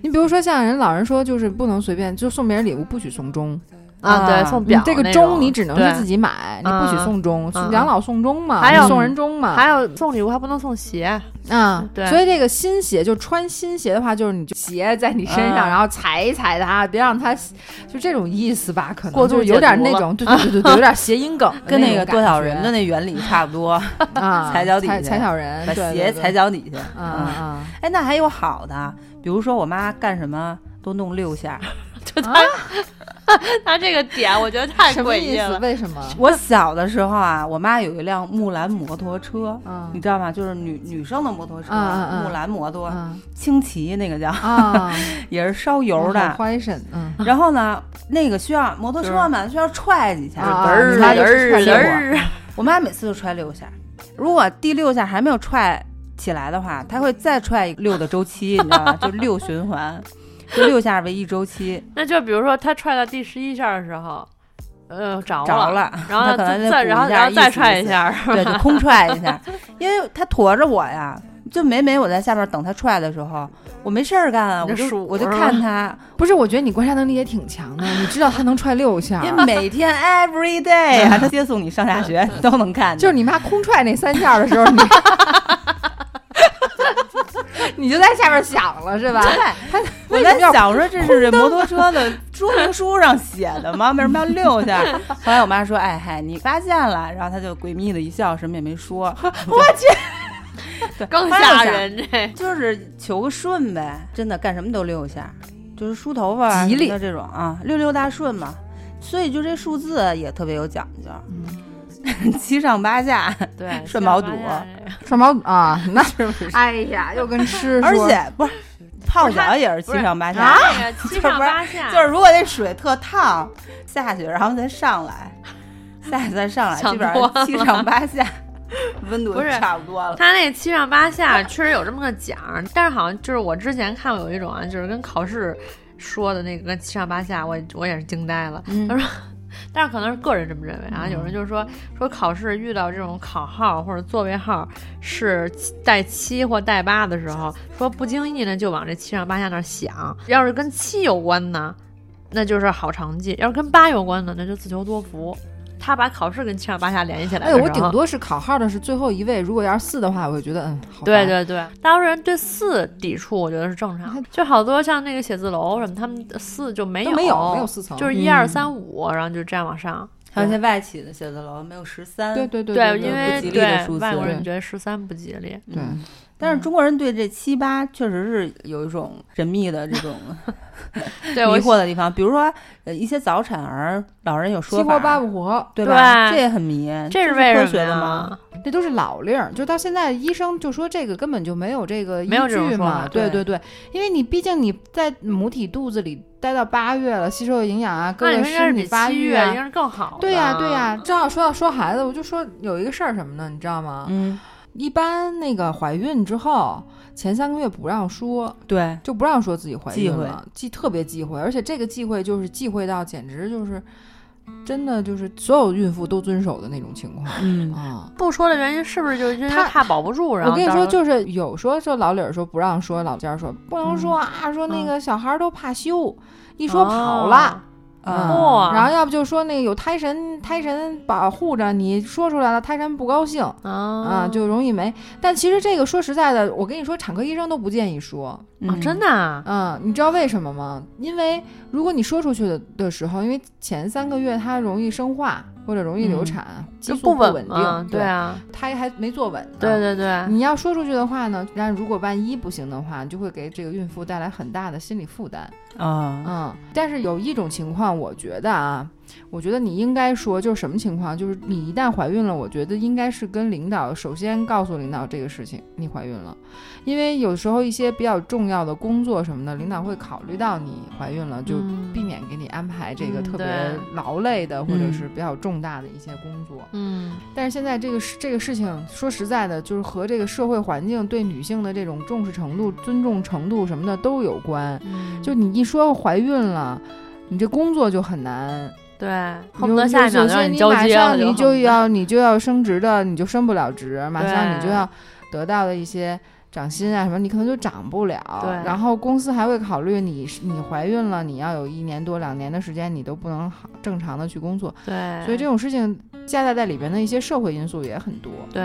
Speaker 3: 你比如说像人老人说，就是不能随便就送别人礼物，不许送钟。
Speaker 2: 啊，对，送表
Speaker 3: 你嗯这个
Speaker 2: 那种
Speaker 3: 钟你只能
Speaker 2: 对
Speaker 3: 是自己买，你不许
Speaker 2: 嗯
Speaker 3: 送钟，
Speaker 2: 嗯
Speaker 3: 养老送钟嘛，
Speaker 2: 还有
Speaker 3: 你送人钟嘛。
Speaker 2: 还有送礼物还不能送鞋，
Speaker 3: 啊，
Speaker 2: 对
Speaker 3: 所以这个新鞋就穿新鞋的话，就是你就鞋在你身上，
Speaker 1: 啊
Speaker 3: 然后踩一踩它，别让它就这种意思吧，可能
Speaker 2: 过度
Speaker 3: 就是有
Speaker 2: 解
Speaker 3: 点
Speaker 2: 读
Speaker 3: 那
Speaker 2: 了
Speaker 3: 种，对对对对对，有点谐音梗的
Speaker 1: 跟那
Speaker 3: 那
Speaker 1: 个
Speaker 3: 种
Speaker 1: 多
Speaker 3: 感
Speaker 1: 小
Speaker 3: 觉
Speaker 1: 人的那原理差不多，
Speaker 3: 啊，
Speaker 1: 踩脚底
Speaker 3: 踩
Speaker 1: 下
Speaker 3: 踩小人，
Speaker 1: 把
Speaker 3: 嗯对
Speaker 1: 鞋踩。脚底下。
Speaker 3: 对对啊
Speaker 1: 嗯，
Speaker 3: 啊！
Speaker 1: 哎，那还有好的，比如说我妈干什么都弄六下。
Speaker 2: 就他他这个点我觉得太
Speaker 3: 什么
Speaker 2: 诡
Speaker 3: 意
Speaker 2: 异
Speaker 3: 思？
Speaker 2: 了。
Speaker 3: 为什么？
Speaker 1: 我小的时候啊，我妈有一辆木兰摩托车。
Speaker 3: 啊
Speaker 1: 你知道吗？就是女女生的摩托车，
Speaker 3: 啊啊啊
Speaker 1: 木兰摩托，
Speaker 3: 啊
Speaker 1: 轻骑那个 叫，
Speaker 3: 啊！
Speaker 1: 也是烧油的。
Speaker 2: 哦
Speaker 3: 花神，嗯，
Speaker 1: 然后呢，那个需要摩托车嘛，需要踹几下。
Speaker 3: 啊
Speaker 2: 嘚
Speaker 3: 你妈就
Speaker 2: 儿
Speaker 3: 是
Speaker 2: 嘚
Speaker 3: 踹
Speaker 2: 儿，
Speaker 1: 我妈每次都踹六下，如果第六下还没有踹起来的话，她会再踹一个六的周 期，你知道吗？就六循环，就六下为一周 期，
Speaker 2: 那就比如说他踹到第十一下的时候，呃，着
Speaker 1: 着了，
Speaker 2: 然后
Speaker 1: 她可能
Speaker 2: 就再
Speaker 1: 补一
Speaker 2: 然后
Speaker 1: 下
Speaker 2: 然后再
Speaker 1: 意思
Speaker 2: 踹
Speaker 1: 意
Speaker 2: 一
Speaker 1: 思
Speaker 2: 下，
Speaker 1: 对，就空踹一 下，因为她驮着我呀。就每每我在下面等她踹的时候，我没事儿干啊，
Speaker 2: 你
Speaker 1: 我
Speaker 2: 就
Speaker 1: 就
Speaker 2: 数
Speaker 1: 我就
Speaker 2: 是吧
Speaker 1: 看她，
Speaker 3: 不是，我觉得你观察能力也挺强的，你知道他能踹六 下，
Speaker 1: 因为每天 every day 啊，她接送你上下学你都能看见，
Speaker 3: 嗯就是你妈空踹那三下的时候，你你就在下边想了是吧？他
Speaker 1: 我
Speaker 3: 为什
Speaker 1: 在
Speaker 3: 么要
Speaker 1: 想说这是这摩托车的说明书上写的 吗？为什么要溜下？后来我妈说：“哎嗨，你发现了。”然后她就诡秘的一笑，什么也没说。我去，
Speaker 2: 更
Speaker 1: 后来我
Speaker 2: 吓
Speaker 1: 想
Speaker 2: 人这。
Speaker 1: 就是求个顺呗，真的干什么都溜下，就是梳头发啊
Speaker 3: 吉利
Speaker 1: 什么的这种啊，溜溜大顺嘛。所以就这数字也特别有讲究，
Speaker 3: 嗯
Speaker 1: 七上八下，
Speaker 2: 对，
Speaker 1: 顺毛肚
Speaker 2: 像八戒这个
Speaker 3: 什么 啊？那
Speaker 1: 是不是？
Speaker 3: 哎呀，又跟吃
Speaker 1: 而
Speaker 3: 说
Speaker 1: 且不是泡脚也是七上八
Speaker 3: 啊
Speaker 1: 下，
Speaker 2: 啊 这个七上八下，
Speaker 1: 就是如果那水特烫，下去然后再上来，下一站上来
Speaker 2: 想
Speaker 1: 基本
Speaker 2: 多
Speaker 1: 上七上八下， 温度
Speaker 2: 不是
Speaker 1: 差不多了。
Speaker 2: 他那七上八下确实有这么个奖儿，但是好像就是我之前看过有一种啊，就是跟考试说的那个跟七上八下，我也我也是惊呆了。
Speaker 1: 嗯
Speaker 2: 他说，但是可能是个人这么认为啊，有
Speaker 3: 嗯
Speaker 2: 人就说说考试遇到这种考号或者座位号是带七或带八的时候，说不经意呢就往这七上八下那儿想，要是跟七有关呢，那就是好成绩；要是跟八有关呢，那就自求多福。他把考试跟七上八下联系起来的
Speaker 3: 哎
Speaker 2: 时
Speaker 3: 呦，
Speaker 2: 候，
Speaker 3: 我顶多是考号的是最后一位，如果要是四的话，我会觉得嗯，好
Speaker 2: 对
Speaker 3: 吧，
Speaker 2: 对对，大多数人对四抵触，我觉得是正常。就好多像那个写字楼什么，他们四就没
Speaker 3: 都
Speaker 2: 有，
Speaker 3: 没有没有四层
Speaker 2: 就是一二三五，然后就这样往上。
Speaker 1: 还有一些外企的写字楼没有十三，
Speaker 3: 对对对对，
Speaker 2: 因为
Speaker 1: 不吉利的
Speaker 2: 对
Speaker 1: 数字
Speaker 2: 外国人
Speaker 3: 对
Speaker 2: 觉得十三不吉利，
Speaker 3: 对
Speaker 1: 嗯但是中国人对这七八确实是有一种神秘的这种
Speaker 2: 对我
Speaker 1: 迷惑的地方，比如说呃一些早产儿，老人有说
Speaker 3: 七活
Speaker 1: 法，
Speaker 3: 八不活，
Speaker 1: 对吧？
Speaker 2: 对
Speaker 1: 这也很迷，
Speaker 2: 这
Speaker 1: 是
Speaker 2: 是为
Speaker 1: 科
Speaker 2: 什么
Speaker 1: 学的吗？
Speaker 2: 呀？
Speaker 3: 这都是老令儿，就到现在医生就说这个根本就没有这个依
Speaker 2: 没有这种
Speaker 3: 据
Speaker 2: 说
Speaker 3: 嘛，
Speaker 2: 法
Speaker 3: 对
Speaker 1: 对
Speaker 3: 对，因为你毕竟你在母体肚子里待到八月了，吸收的营养啊，各
Speaker 2: 那你
Speaker 3: 个
Speaker 2: 说应该
Speaker 3: 是
Speaker 2: 是
Speaker 3: 你
Speaker 2: 比
Speaker 3: 发
Speaker 2: 七
Speaker 3: 育
Speaker 2: 月应该
Speaker 3: 啊。
Speaker 2: 是更好的。
Speaker 3: 对呀、对呀、正好说到说孩子，我就说有一个事儿什么呢，你知道吗？
Speaker 1: 嗯，
Speaker 3: 一般那个怀孕之后前三个月不让说，
Speaker 1: 对，
Speaker 3: 就不让说自己怀孕了，忌特别忌讳，而且这个忌讳就是忌讳到简直就是真的就是所有孕妇都遵守的那种情况
Speaker 1: 嗯，
Speaker 3: 啊。
Speaker 2: 不说的原因是不是就是因为
Speaker 3: 他
Speaker 2: 怕保不住？然后
Speaker 3: 我跟你
Speaker 2: 到
Speaker 3: 说，
Speaker 2: 时候
Speaker 3: 就是有说说老李儿说不让说，老家儿说不能说啊，说那个小孩儿都怕羞，一说跑了，嗯
Speaker 1: 啊
Speaker 2: 哦哇
Speaker 3: 然后要不就说那个有胎神，胎神保护着你，说出来了胎神不高兴
Speaker 2: 啊
Speaker 3: 啊，就容易没。但其实这个说实在的，我跟你说，产科医生都不建议说，
Speaker 2: 啊真的啊
Speaker 3: 嗯，你知道为什么吗？因为如果你说出去的的时候，因为前三个月它容易生化或者容易流
Speaker 1: 嗯
Speaker 3: 产，激
Speaker 2: 就
Speaker 3: 素
Speaker 2: 稳
Speaker 3: 稳
Speaker 2: 嘛
Speaker 3: 定，
Speaker 2: 对，啊，
Speaker 3: 它还没坐稳呢。
Speaker 2: 对对对，
Speaker 3: 你要说出去的话呢，但如果万一不行的话，你就会给这个孕妇带来很大的心理负担。
Speaker 2: 哦
Speaker 1: 啊，
Speaker 3: 嗯，但是有一种情况，我觉得啊，我觉得你应该说，就是什么情况？就是你一旦怀孕了，我觉得应该是跟领导首先告诉领导这个事情，你怀孕了，因为有时候一些比较重要的工作什么的，领导会考虑到你怀孕了，就
Speaker 2: 嗯
Speaker 3: 避免给你安排这个
Speaker 2: 嗯
Speaker 3: 特别
Speaker 2: 对
Speaker 3: 劳累的、或者
Speaker 1: 嗯
Speaker 3: 是比较重大的一些工作。
Speaker 2: 嗯。
Speaker 3: 但是现在这个事这个事情，说实在的，就是和这个社会环境对女性的这种重视程度、尊重程度什么的都有关。
Speaker 2: 嗯
Speaker 3: 就你一说怀孕了，你这工作就很难，
Speaker 2: 对，
Speaker 3: 你
Speaker 2: 恨不得下一秒
Speaker 3: 有
Speaker 2: 就
Speaker 3: 些
Speaker 2: 让
Speaker 3: 你
Speaker 2: 交
Speaker 3: 马
Speaker 2: 接了，
Speaker 3: 上你就要你就要升职的，你就升不了职，马上你就
Speaker 2: 对
Speaker 3: 要得到的一些。涨薪啊什么，你可能就涨不了。
Speaker 2: 对
Speaker 3: 然后公司还会考虑你是，你怀孕了，你要有一年多两年的时间，你都不能好正常的去工作。
Speaker 2: 对，
Speaker 3: 所以这种事情夹杂在里边的一些社会因素也很多。
Speaker 2: 对，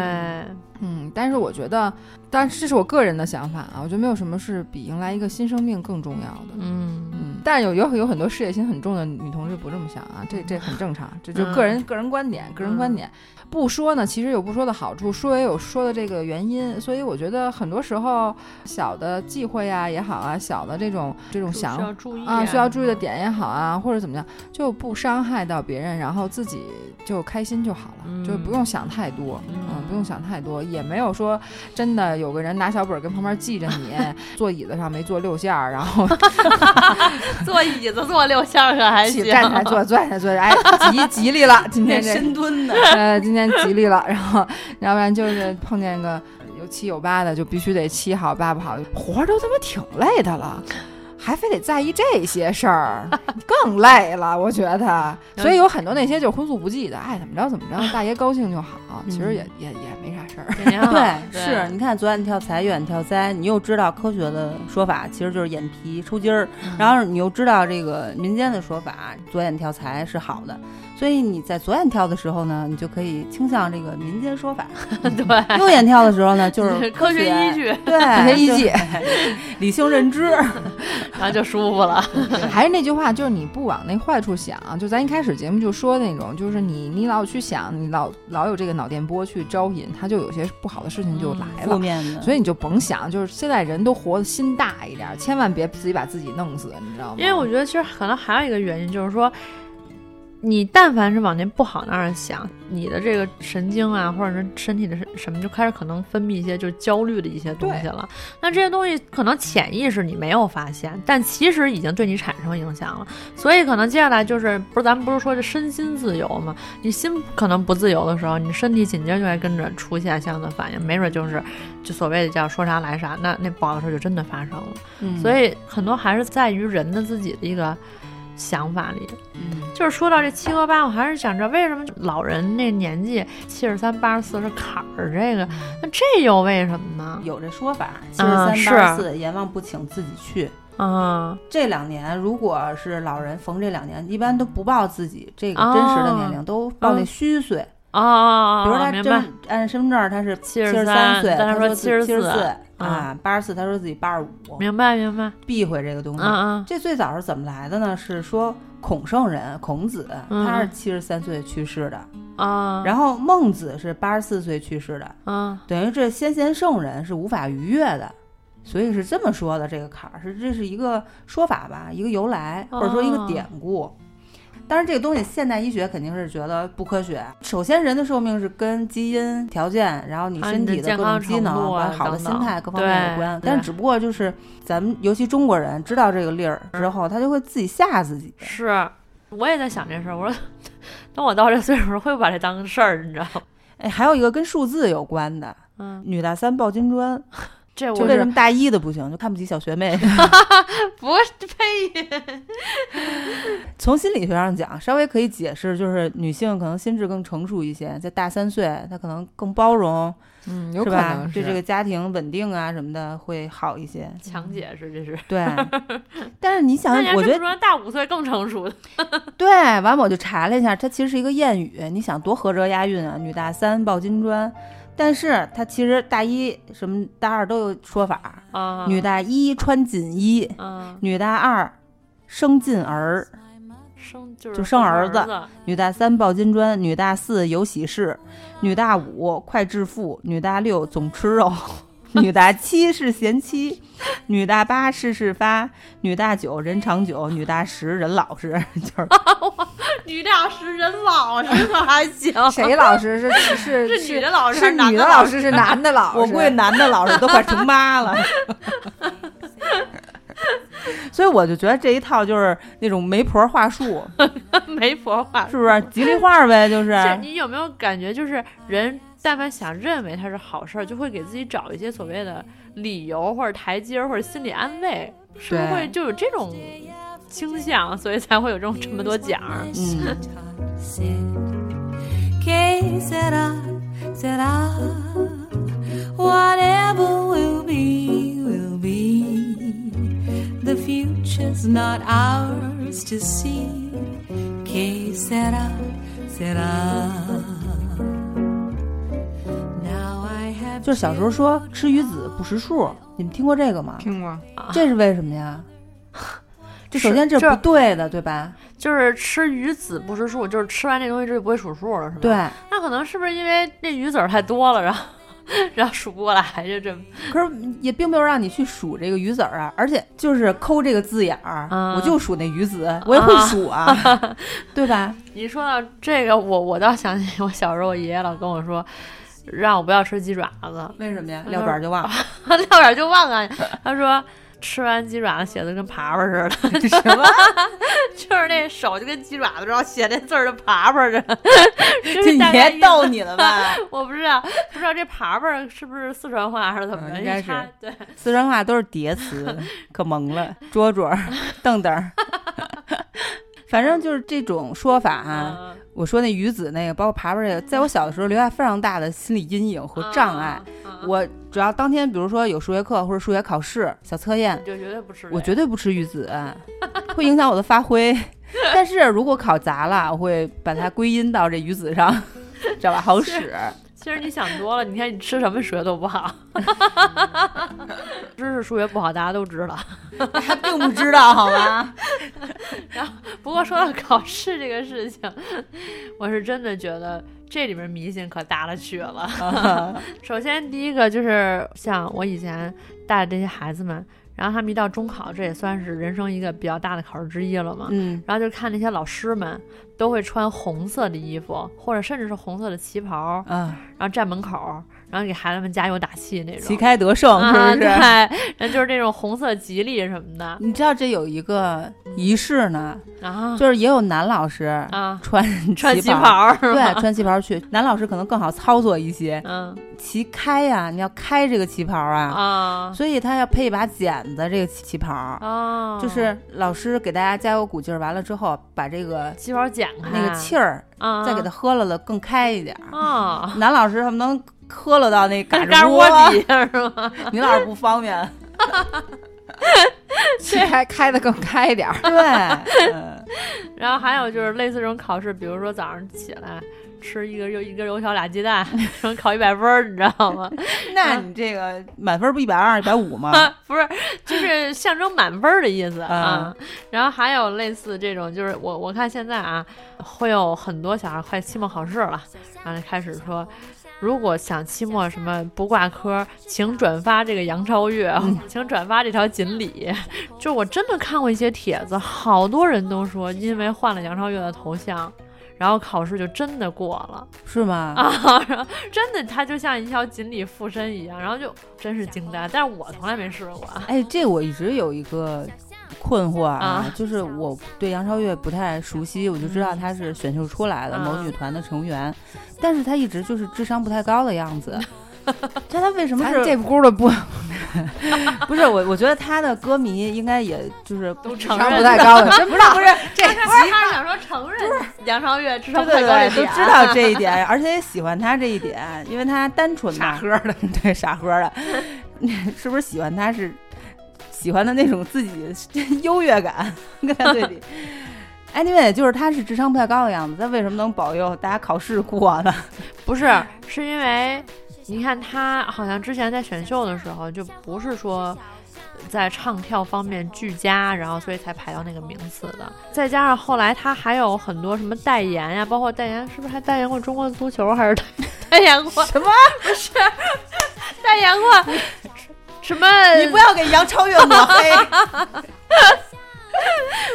Speaker 3: 嗯，但是我觉得，但是这是我个人的想法啊，我觉得没有什么是比迎来一个新生命更重要的。
Speaker 2: 嗯，
Speaker 3: 嗯，但是有有有很多事业心很重的女同志不这么想啊，这这很正常，这就个
Speaker 2: 嗯
Speaker 3: 人、个人观点，个人观点。不说呢，其实有不说的好处，说也有说的这个原因，所以我觉得很多时候小的忌讳啊也好啊，小的这种这种
Speaker 2: 就需
Speaker 3: 想
Speaker 2: 要注意嗯
Speaker 3: 啊，需要注 意的点也好啊，或者怎么样，就不伤害到别人，然后自己就开心就好了，就不用想太多，嗯不用想太多，也没有说真的有个人拿小本儿跟旁边记着 你，坐椅子上没坐六下儿，然后
Speaker 2: 坐椅子坐六下可还
Speaker 3: 起
Speaker 2: 行，
Speaker 3: 站起来坐坐起来坐起来，哎， 吉吉利了，今天
Speaker 1: 那
Speaker 3: 这
Speaker 1: 深蹲的，
Speaker 3: 呃今天吉利了，然后要不然就是碰见个有七有八的，就必须得七好八不好，活儿都他妈挺累的了。还非得在意这些事儿， 更累了，我觉得。所以有很多那些就是荤素不忌的，哎爱怎么着怎么着，大爷高兴就好，其
Speaker 2: 嗯
Speaker 3: 实也、也也没啥事儿。
Speaker 2: 也挺好
Speaker 1: 对，
Speaker 2: 啊对
Speaker 1: 是你看，左眼跳财，右眼跳灾，你又知道科学的说法其实就是眼皮抽筋儿，然后你又知道这个民间的说法，左眼跳财是好的，所以你在左眼跳的时候呢，你就可以倾向这个民间说法；
Speaker 2: 对，
Speaker 1: 右眼跳的时候呢，就是
Speaker 2: 科学依，据，
Speaker 1: 对，
Speaker 3: 科学依据
Speaker 1: 就是理性认知，
Speaker 2: 然后就舒服了，
Speaker 3: 还是那句话，就是你不往那坏处想，啊就咱一开始节目就说那种，就是你你老去想，你老老有这个脑电波去招引，它就有些不好的事情就
Speaker 2: 嗯
Speaker 3: 来了。
Speaker 1: 负面的，
Speaker 3: 所以你就甭想，就是现在人都活得心大一点儿，千万别自己把自己弄死，你知道吗？
Speaker 2: 因为我觉得其实可能还有一个原因就是说。你但凡是往那不好那儿想，你的这个神经啊，或者是身体的什什么，就开始可能分泌一些就是焦虑的一些东西了。那这些东西可能潜意识你没有发现，但其实已经对你产生影响了。所以可能接下来就是不是咱们不是说这身心自由嘛？你心可能不自由的时候，你身体紧接着就会跟着出现相应的反应，没准就是就所谓的叫说啥来啥，那那不好的事儿就真的发生了。
Speaker 1: 嗯
Speaker 2: 所以很多还是在于人的自己的一个想法里。
Speaker 1: 嗯
Speaker 2: 就是说到这七和八，我还是想着为什么老人那年纪七十三、八十四是坎儿，这个那这又为什么呢？
Speaker 1: 有这说法，七十
Speaker 2: 啊
Speaker 1: 三
Speaker 2: 是
Speaker 1: 八四，阎王不请自己去。
Speaker 2: 啊，
Speaker 1: 这两年如果是老人逢这两年，一般都不报自己这个真实的年龄，都报那虚岁。
Speaker 2: 哦哦
Speaker 1: 比如
Speaker 2: 哦，
Speaker 1: 他
Speaker 2: 明
Speaker 1: 真
Speaker 2: 白。
Speaker 1: 按身份证他是
Speaker 2: 73
Speaker 1: 三岁，
Speaker 2: 但
Speaker 1: 他
Speaker 2: 是说
Speaker 1: 七十
Speaker 2: 74
Speaker 1: 啊，八十四，他说自己八十五，
Speaker 2: 嗯明白明白，
Speaker 1: 避讳这个东西。
Speaker 2: 嗯嗯，
Speaker 1: 这最早是怎么来的呢？是说孔圣人孔子，
Speaker 2: 嗯
Speaker 1: 他是七十三岁去世的，
Speaker 2: 啊，
Speaker 1: 然后孟子是八十四岁去世的，
Speaker 2: 嗯
Speaker 1: 等于这先贤圣人是无法逾越的，所以是这么说的。这个坎儿是这是一个说法吧，一个由来，
Speaker 2: 哦
Speaker 1: 或者说一个典故。当然，这个东西现代医学肯定是觉得不科学。首先，人的寿命是跟基因条件，然后你
Speaker 2: 啊
Speaker 1: 身
Speaker 2: 你
Speaker 1: 体的各
Speaker 2: 的健康
Speaker 1: 种机能、
Speaker 2: 程度啊
Speaker 1: 包括好的
Speaker 2: 等
Speaker 1: 心
Speaker 2: 等
Speaker 1: 态各方面有
Speaker 2: 对
Speaker 1: 关。
Speaker 2: 对
Speaker 1: 但只不过就是咱们，尤其中国人知道这个例儿
Speaker 2: 嗯
Speaker 1: 之后，他就会自己吓自己。
Speaker 2: 是，我也在想这事儿。我说， 等我到这岁数，会不会把这当个事儿？你知道吗？
Speaker 1: 哎，还有一个跟数字有关的，
Speaker 2: 嗯，
Speaker 1: 女大三抱金砖，
Speaker 2: 这
Speaker 1: 就
Speaker 2: 我
Speaker 1: 为什
Speaker 2: 是
Speaker 1: 么大一的不行，就看不起小学妹。
Speaker 2: 不是呸，
Speaker 1: 从心理学上讲，稍微可以解释，就是女性可能心智更成熟一些，在大三岁，她可能更包容，
Speaker 3: 嗯，有
Speaker 1: 是
Speaker 3: 可
Speaker 1: 吧
Speaker 3: 能？
Speaker 1: 对
Speaker 3: 是
Speaker 1: 这个家庭稳定啊什么的会好一些。
Speaker 2: 强解释这是。
Speaker 1: 对，但是你想
Speaker 2: 那你，还
Speaker 1: 嗯我
Speaker 2: 这
Speaker 1: 觉
Speaker 2: 么
Speaker 1: 得
Speaker 2: 说大五岁更成熟的，
Speaker 1: 对。完，我就查了一下，它其实是一个谚语。你想多合辙押韵啊，“女大三抱金砖”，但是它其实大一什么大二都有说法，
Speaker 2: 啊，
Speaker 1: 女大一穿锦衣，
Speaker 2: 嗯，
Speaker 1: 女大二生进儿，
Speaker 2: 生就是
Speaker 1: 就生儿
Speaker 2: 儿
Speaker 1: 子 女大三抱金砖，女大四有喜事，女大五快致富，女大六总吃肉， 女大七是贤妻，女大八事事发，女大九人长久，女大十人老实， 就是
Speaker 2: 女大师人老实可还 行，
Speaker 3: 谁老师是是
Speaker 2: 是女的老师
Speaker 3: 是
Speaker 2: 还是
Speaker 3: 女
Speaker 2: 男的
Speaker 3: 的
Speaker 2: 老
Speaker 3: 老师是男的老 师？啊
Speaker 1: 我估计男的老实都快成妈了。 所以我就觉得这一套就是那种媒婆话术，
Speaker 2: 媒婆话。
Speaker 1: 是不啊是吉利话呗？就是
Speaker 2: 这你有没有感觉，就是人但凡想认为它是好事儿，就会给自己找一些所谓的理由或者台阶儿或者心理安慰，是不是
Speaker 1: 对
Speaker 2: 会就有这种倾向，所以才会有这种这么多奖儿？
Speaker 1: 嗯
Speaker 5: Que será, será. Whatever will be, will be. The future's not ours to see. Que será, será. Now I have
Speaker 1: 就是小时候说吃鱼子不识数，你们听过这个吗？
Speaker 3: 听 过，
Speaker 1: 这是为什么 呀？这首
Speaker 2: 是
Speaker 1: 先这
Speaker 2: 这
Speaker 1: 不对的，对吧？
Speaker 2: 就是吃鱼子不识数，就是吃完这东西之后就不会数数了，是吗？
Speaker 1: 对。。
Speaker 2: 那可能是不是因为这鱼籽儿太多了，然后 然后数不过来，就这么
Speaker 1: 可是也并没有让你去数这个鱼子儿啊，而且就是抠这个字眼儿，
Speaker 2: 嗯
Speaker 1: 我就数那鱼子，我也会数啊， 对吧？
Speaker 2: 你说到这个，我我倒想起我小时候，我爷爷老跟我说，让我不要吃鸡爪子，
Speaker 1: 为什么呀？啊撂爪就忘了，
Speaker 2: 撂点儿就忘了。他说吃完鸡爪子写的跟爬爬似的，
Speaker 1: 什 么？
Speaker 2: 就是那手就跟鸡爪子，然后写那字儿就爬爬似的。这
Speaker 1: 这
Speaker 2: 是大
Speaker 1: 爷
Speaker 2: 概意思
Speaker 1: 逗你了 吧？
Speaker 2: 我不知道，不知道这爬爬是不是四川话还是怎么
Speaker 1: 嗯
Speaker 2: 着？
Speaker 1: 应该是
Speaker 2: 因为他对，
Speaker 1: 四川话都是叠词，可萌了，卓卓、 瞪瞪，反正就是这种说法啊。
Speaker 2: 嗯
Speaker 1: 我说那鱼子那个，包括爬爬这个，在我小的时候留下非常大的心理阴影和障碍。。
Speaker 2: 嗯嗯
Speaker 1: 我只要当天，比如说有数学课或者数学考试、小测验
Speaker 2: 你，就绝对不吃这个，
Speaker 1: 我绝对不吃鱼子，哎会影响我的发 挥。但是如果考砸了，我会把它归因到这鱼子上， 知道吧？好使。
Speaker 2: 其实你想多了，你看你吃什么数学都不好， 知识数学不好，大家都知道。
Speaker 1: 他并不知道，好吗？
Speaker 2: 不过说到考试这个事情，我是真的觉得这里面迷信可大了去了。
Speaker 1: 啊
Speaker 2: 首先第一个就是像我以前带的这些孩子们，然后他们一到中考，这也算是人生一个比较大的考试之一了嘛。
Speaker 1: 嗯
Speaker 2: 然后就看那些老师们都会穿红色的衣服，或者甚至是红色的旗袍，
Speaker 1: 啊，
Speaker 2: 然后站门口，然后给孩子们加油打气那种。
Speaker 1: 旗开得胜是
Speaker 2: 啊，
Speaker 1: 不
Speaker 2: 对
Speaker 1: 是？，
Speaker 2: 然后就是那种红色吉利什么的
Speaker 1: 你知道这有一个仪式呢，
Speaker 2: 啊
Speaker 1: 就是也有男老师
Speaker 2: 啊，
Speaker 1: 穿
Speaker 2: 穿旗
Speaker 1: 旗袍，
Speaker 2: 袍 是吧？
Speaker 1: 对，穿旗袍去。男老师可能更好操作一些，
Speaker 2: 嗯
Speaker 1: 旗开呀、你要开这个旗袍啊，
Speaker 2: 啊
Speaker 1: 所以他要配一把剪子，这个旗旗袍。
Speaker 2: 啊，
Speaker 1: 就是老师给大家加油鼓劲儿，完了之后把这个
Speaker 2: 旗袍剪开
Speaker 1: 那个气儿
Speaker 2: 啊，
Speaker 1: 再给他喝了了，更开一点儿。
Speaker 2: 啊，
Speaker 1: 男老师他们能喝了到那 嘎
Speaker 2: 跟
Speaker 1: 吱
Speaker 2: 嘎
Speaker 1: 窝
Speaker 2: 窝，底下是吗？
Speaker 1: 女老师不方便。
Speaker 3: 这还开的更开一点儿。
Speaker 1: 对，嗯
Speaker 2: 然后还有就是类似这种考试，比如说早上起来吃一个油一根油条俩鸡蛋， 能考一百分儿，你知道吗？
Speaker 1: 那你这个满分不一百二、一百五吗？
Speaker 2: 啊，不是，就是象征满分儿的意思啊
Speaker 1: 啊。
Speaker 2: 然后还有类似这种，就是我我看现在啊，会有很多小孩快期末考试了，然后就开始说。如果想期末什么不挂科，请转发这个杨超越，请转发这条锦鲤。就我真的看过一些帖子，好多人都说因为换了杨超越的头像，然后考试就真的过了。
Speaker 1: 是吗？
Speaker 2: 啊，然后真的，它就像一条锦鲤附身一样，然后就真是惊呆。但是我从来没试过，
Speaker 1: 哎，这我一直有一个困惑啊
Speaker 2: 啊，
Speaker 1: 就是我对杨超越不太熟悉，我就知道她是选秀出来的
Speaker 2: 嗯
Speaker 1: 某女团的成员，但是她一直就是智商不太高的样 子。这她为什么
Speaker 3: 咱
Speaker 1: 是？
Speaker 3: 这轱辘不
Speaker 1: 不是我，我觉得她的歌迷应该也就是
Speaker 2: 都承
Speaker 3: 长
Speaker 2: 认
Speaker 3: 不太高的， 真不知道。
Speaker 1: 不是这
Speaker 2: 他是他是想说承认杨超越智商
Speaker 1: 对
Speaker 2: 太
Speaker 1: 对
Speaker 2: 高了
Speaker 1: 对，
Speaker 2: 一
Speaker 1: 都
Speaker 2: 点，
Speaker 1: 知道这一点， 而且也喜欢他这一点，因为他单纯傻呵的， 对傻呵的，是不是喜欢他是喜欢的那种自己优越感跟他对比？Anyway，就是他是智商不太高的样子，他为什么能保佑大家考试过 呢？
Speaker 2: 不是，是因为你看他好像之前在选秀的时候，就不是说在唱跳方面俱佳，然后所以才排到那个名次的。再加上后来他还有很多什么代言呀、包括代言是不是还代言过中国足球，还是 代代言过
Speaker 1: 什么？
Speaker 2: 代言过什么？
Speaker 1: 你不要给杨超越抹黑。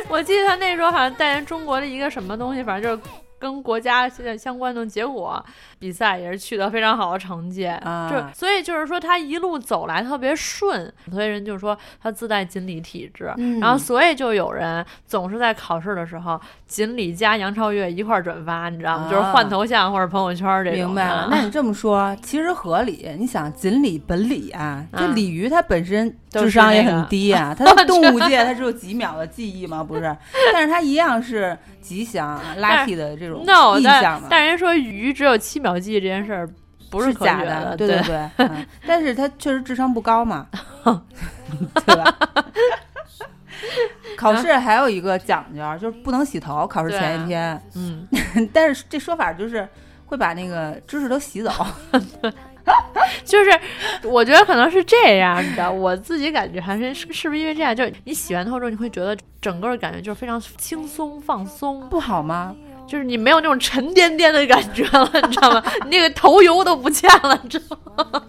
Speaker 2: 我记得他那时候好像代言中国的一个什么东西，反正就是跟国家现在相关的。结果比赛也是取得非常好的成绩，
Speaker 1: 啊
Speaker 2: 就所以就是说他一路走来特别顺，所以人就说他自带锦鲤体质。
Speaker 1: 嗯
Speaker 2: 然后，所以就有人总是在考试的时候，锦鲤加杨超越一块儿转发，你知道吗？
Speaker 1: 啊
Speaker 2: 就是换头像或者朋友圈这种啊的。
Speaker 1: 明白了。那你这么说，其实合理。你想，锦鲤、本鲤啊，这
Speaker 2: 嗯
Speaker 1: 鲤鱼它本身
Speaker 2: 都是
Speaker 1: 智商也
Speaker 2: 那
Speaker 1: 很
Speaker 2: 个
Speaker 1: 低 呀、它在动物界它只有几秒的记忆嘛，不是？但是它一样是吉祥、
Speaker 2: 但
Speaker 1: lucky 的这种
Speaker 2: no，
Speaker 1: 意象
Speaker 2: 但
Speaker 1: 嘛。
Speaker 2: 但人家说鱼只有七秒记忆这件事儿不
Speaker 1: 是
Speaker 2: 可
Speaker 1: 假
Speaker 2: 学
Speaker 1: 的，
Speaker 2: 对
Speaker 1: 对对， 嗯但是它确实智商不高嘛，对吧？ 考试还有一个讲究，啊就是不能洗头。考试
Speaker 2: 对
Speaker 1: 前一天，
Speaker 2: 嗯，
Speaker 1: 但是这说法就是会把那个知识都洗走。
Speaker 2: 就是我觉得可能是这样的，我自己感觉还是是是不是因为这样，就是你洗完头之后，你会觉得整个感觉就是非常轻松放松，
Speaker 1: 不好吗？
Speaker 2: 就是你没有那种沉甸甸的感觉了，你知道吗？你那个头油都不见了，你知道吗？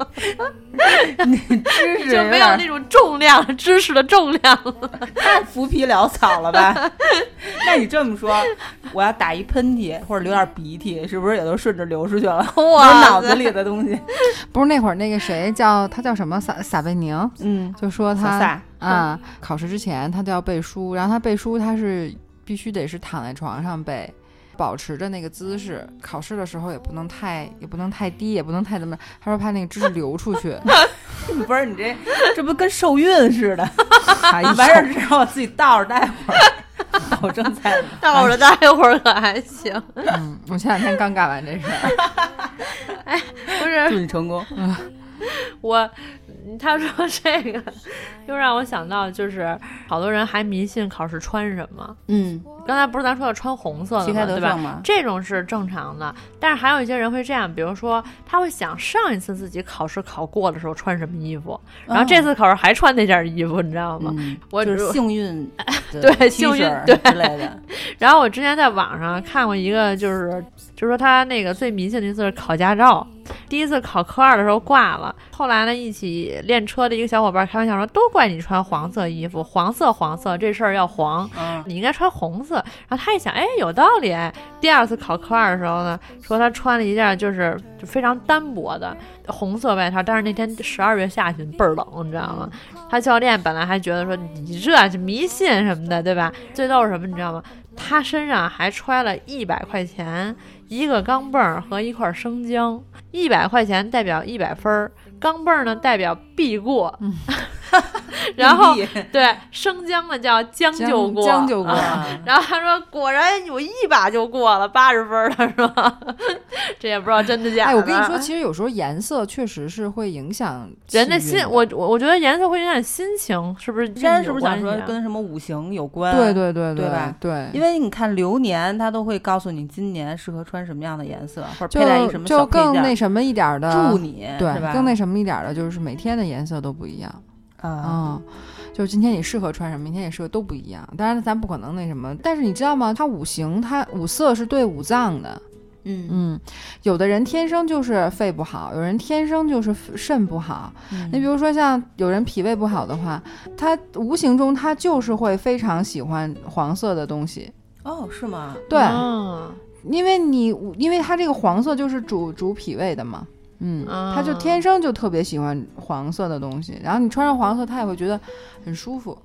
Speaker 1: 知识
Speaker 2: 就没有那种重量，知识的重量了。
Speaker 1: 太浮皮潦草了 吧？那你这么说，我要打一喷嚏或者流点鼻涕，是不是也都顺着流出去了？ 我
Speaker 2: 哇塞
Speaker 1: 脑子里的东西，
Speaker 3: 不是那会儿那个谁叫他叫什么撒撒贝宁，
Speaker 1: 嗯，
Speaker 3: 就说
Speaker 1: 小
Speaker 3: 他
Speaker 1: 撒，
Speaker 3: 啊、考试之前他都要背书，然后他背书他是必须得是躺在床上背。保持着那个姿势，
Speaker 1: 嗯
Speaker 3: 考试的时候也不能太，也不能太低，也不能太怎么。他说怕那个知识流出 去，
Speaker 1: 不是你这这不跟受孕似的？
Speaker 3: 哎呦
Speaker 1: 完事儿之后自己倒着待会儿， 保证在。
Speaker 2: 倒着待一会儿可还行，
Speaker 3: 嗯，我前两天刚干完这 事儿，
Speaker 2: 不是
Speaker 1: 祝你成功！
Speaker 2: 我，嗯他说这个，又让我想到，就是好多人还迷信考试穿什么。
Speaker 1: 嗯，
Speaker 2: 刚才不是咱说要穿红色的
Speaker 1: 旗开
Speaker 2: 吗？
Speaker 1: 得
Speaker 2: 对吧
Speaker 1: 胜？嘛。
Speaker 2: 这种是正常的，但是还有一些人会这样，比如说他会想上一次自己考试考过的时候穿什么衣服，然后这次考试还穿那件衣服，你知道吗？
Speaker 1: 嗯
Speaker 2: 我
Speaker 1: 就是幸运
Speaker 2: 对
Speaker 1: T
Speaker 2: 幸运
Speaker 1: 恤
Speaker 2: 对
Speaker 1: 之类的，
Speaker 2: 然后我之前在网上看过一个，就是就说他那个最迷信的一次是考驾照，第一次考科二的时候挂了，后来呢一起练车的一个小伙伴开玩笑说，都怪你穿黄色衣服，黄色黄色这事儿要黄。
Speaker 1: 嗯，
Speaker 2: 你应该穿红色，然后他一想，哎，有道理。第二次考科二的时候呢，说他穿了一件就是就非常单薄的红色外套，但是那天十二月下旬倍儿冷，你知道吗？他教练本来还觉得说你这是迷信什么的，对吧？最逗是什么，你知道吗？他身上还揣了一百块钱、一个钢镚儿和一块生姜。一百块钱代表一百分儿，钢镚儿呢代表必过。 然 后
Speaker 1: 硬币
Speaker 2: 对生姜呢叫将
Speaker 3: 将
Speaker 2: 就过，
Speaker 3: 将就过
Speaker 2: 啊然后他说：“果然我一把就过了，八十分儿了，是吧？ 这也不知道真的假的。”
Speaker 3: 哎，我跟你说，其实有时候颜色确实是会影响
Speaker 2: 人的
Speaker 3: 的
Speaker 2: 心，我我我觉得颜色会影响心情，是不是？
Speaker 1: 山是不是想说
Speaker 2: 有关系啊
Speaker 1: 跟什么五行有关？
Speaker 3: 对对对
Speaker 1: 对吧
Speaker 3: 对，
Speaker 1: 因为你看流年，它都会告诉你今年适合穿什么样的颜色，或者佩戴一什
Speaker 3: 就
Speaker 1: 么
Speaker 3: 就
Speaker 1: 小配
Speaker 3: 更
Speaker 1: 件
Speaker 3: 那什么一点儿的，
Speaker 1: 助你，
Speaker 3: 对
Speaker 1: 是吧？
Speaker 3: 更那什么一点儿的，就是每天的颜色都不一样
Speaker 1: 啊，
Speaker 3: 啊、就是今天你适合穿什么，明天也适合都不一样。当然，咱不可能那什么，但是你知道吗？它五行，它五色是对五脏的。
Speaker 1: 嗯
Speaker 3: 嗯，有的人天生就是肺不好，有人天生就是肾不好。
Speaker 1: 嗯
Speaker 3: 你比如说像有人脾胃不好的话，他无形中他就是会非常喜欢黄色的东西。
Speaker 1: 哦，是吗？
Speaker 3: 对，
Speaker 2: 嗯
Speaker 3: 因为你因为它这个黄色就是主主脾胃的嘛，嗯，
Speaker 1: 哦
Speaker 2: 啊
Speaker 3: 他就天生就特别喜欢黄色的东西，然后你穿上黄色，他也会觉得很舒服。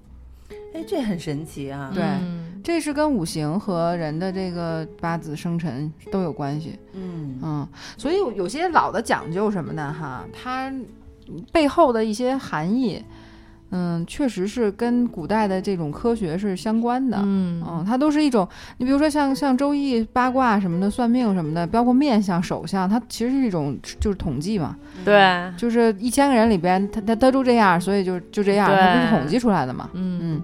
Speaker 1: 哎，这很神奇啊！
Speaker 3: 对
Speaker 2: 嗯
Speaker 3: 这是跟五行和人的这个八字生辰都有关系，
Speaker 1: 嗯
Speaker 3: 嗯，所以有有些老的讲究什么呢？哈，它背后的一些含义，嗯，确实是跟古代的这种科学是相关的，
Speaker 2: 嗯
Speaker 3: 嗯，它都是一种，你比如说像像周易、八卦什么的、算命什么的，包括面相、手相，它其实是一种就是统计嘛，
Speaker 2: 对，
Speaker 3: 就是一千个人里边，他他他都这样，所以就就这样，
Speaker 2: 对
Speaker 3: 它不是统计出来的嘛。
Speaker 2: 嗯
Speaker 3: 嗯，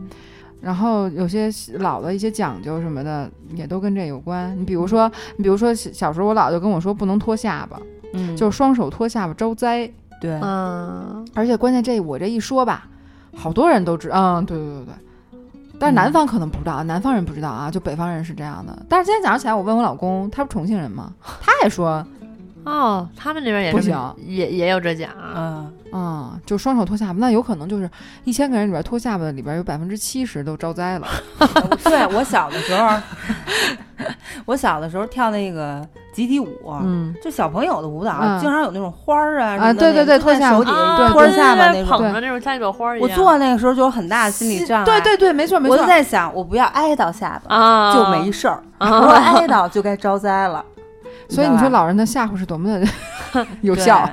Speaker 3: 然后有些老的一些讲究什么的，也都跟这有关。你比如说，你比如说小小时候我姥就跟我说，不能托下巴，
Speaker 1: 嗯，
Speaker 3: 就是双手托下巴招灾。
Speaker 1: 对，
Speaker 2: 嗯
Speaker 3: 而且关键这我这一说吧，好多人都知，嗯，对对对对。但是南方可能不知道，南方人不知道啊，就北方人是这样的。但是今天早上起来，我问我老公，他不重庆人吗？他也说，
Speaker 2: 哦，他们那边也
Speaker 3: 不
Speaker 2: 这么
Speaker 3: 行
Speaker 2: 也也有这讲啊。
Speaker 1: 嗯，
Speaker 3: 啊、就双手托下巴，那有可能就是一千个人里边托下巴的里边有百分之七十都招灾了。
Speaker 1: 对我小的时候， 我小的时候跳那个集体舞，
Speaker 3: 嗯，
Speaker 1: 就小朋友的舞蹈，
Speaker 3: 嗯
Speaker 1: 经常有那种花儿啊什么
Speaker 3: 啊
Speaker 1: 的
Speaker 3: 对对
Speaker 1: 就在
Speaker 3: 对托下巴
Speaker 1: 手底
Speaker 2: 啊
Speaker 1: 下
Speaker 3: 对
Speaker 1: 托
Speaker 3: 对
Speaker 1: 着下巴那
Speaker 2: 对
Speaker 1: 种。
Speaker 2: 捧着那种像一朵花儿一
Speaker 1: 我
Speaker 2: 样。
Speaker 1: 做那个时候就有很大的心理障碍，
Speaker 3: 对对对，没错没
Speaker 1: 我
Speaker 3: 错
Speaker 1: 就。在想，我不要挨到下巴，
Speaker 2: 啊，
Speaker 1: 就没事儿；
Speaker 2: 啊
Speaker 1: 我挨到就该招灾了。
Speaker 3: 哦所
Speaker 1: 知
Speaker 3: 以
Speaker 1: 道
Speaker 3: 你
Speaker 1: 吧
Speaker 3: 说老人的吓唬是多么的有效。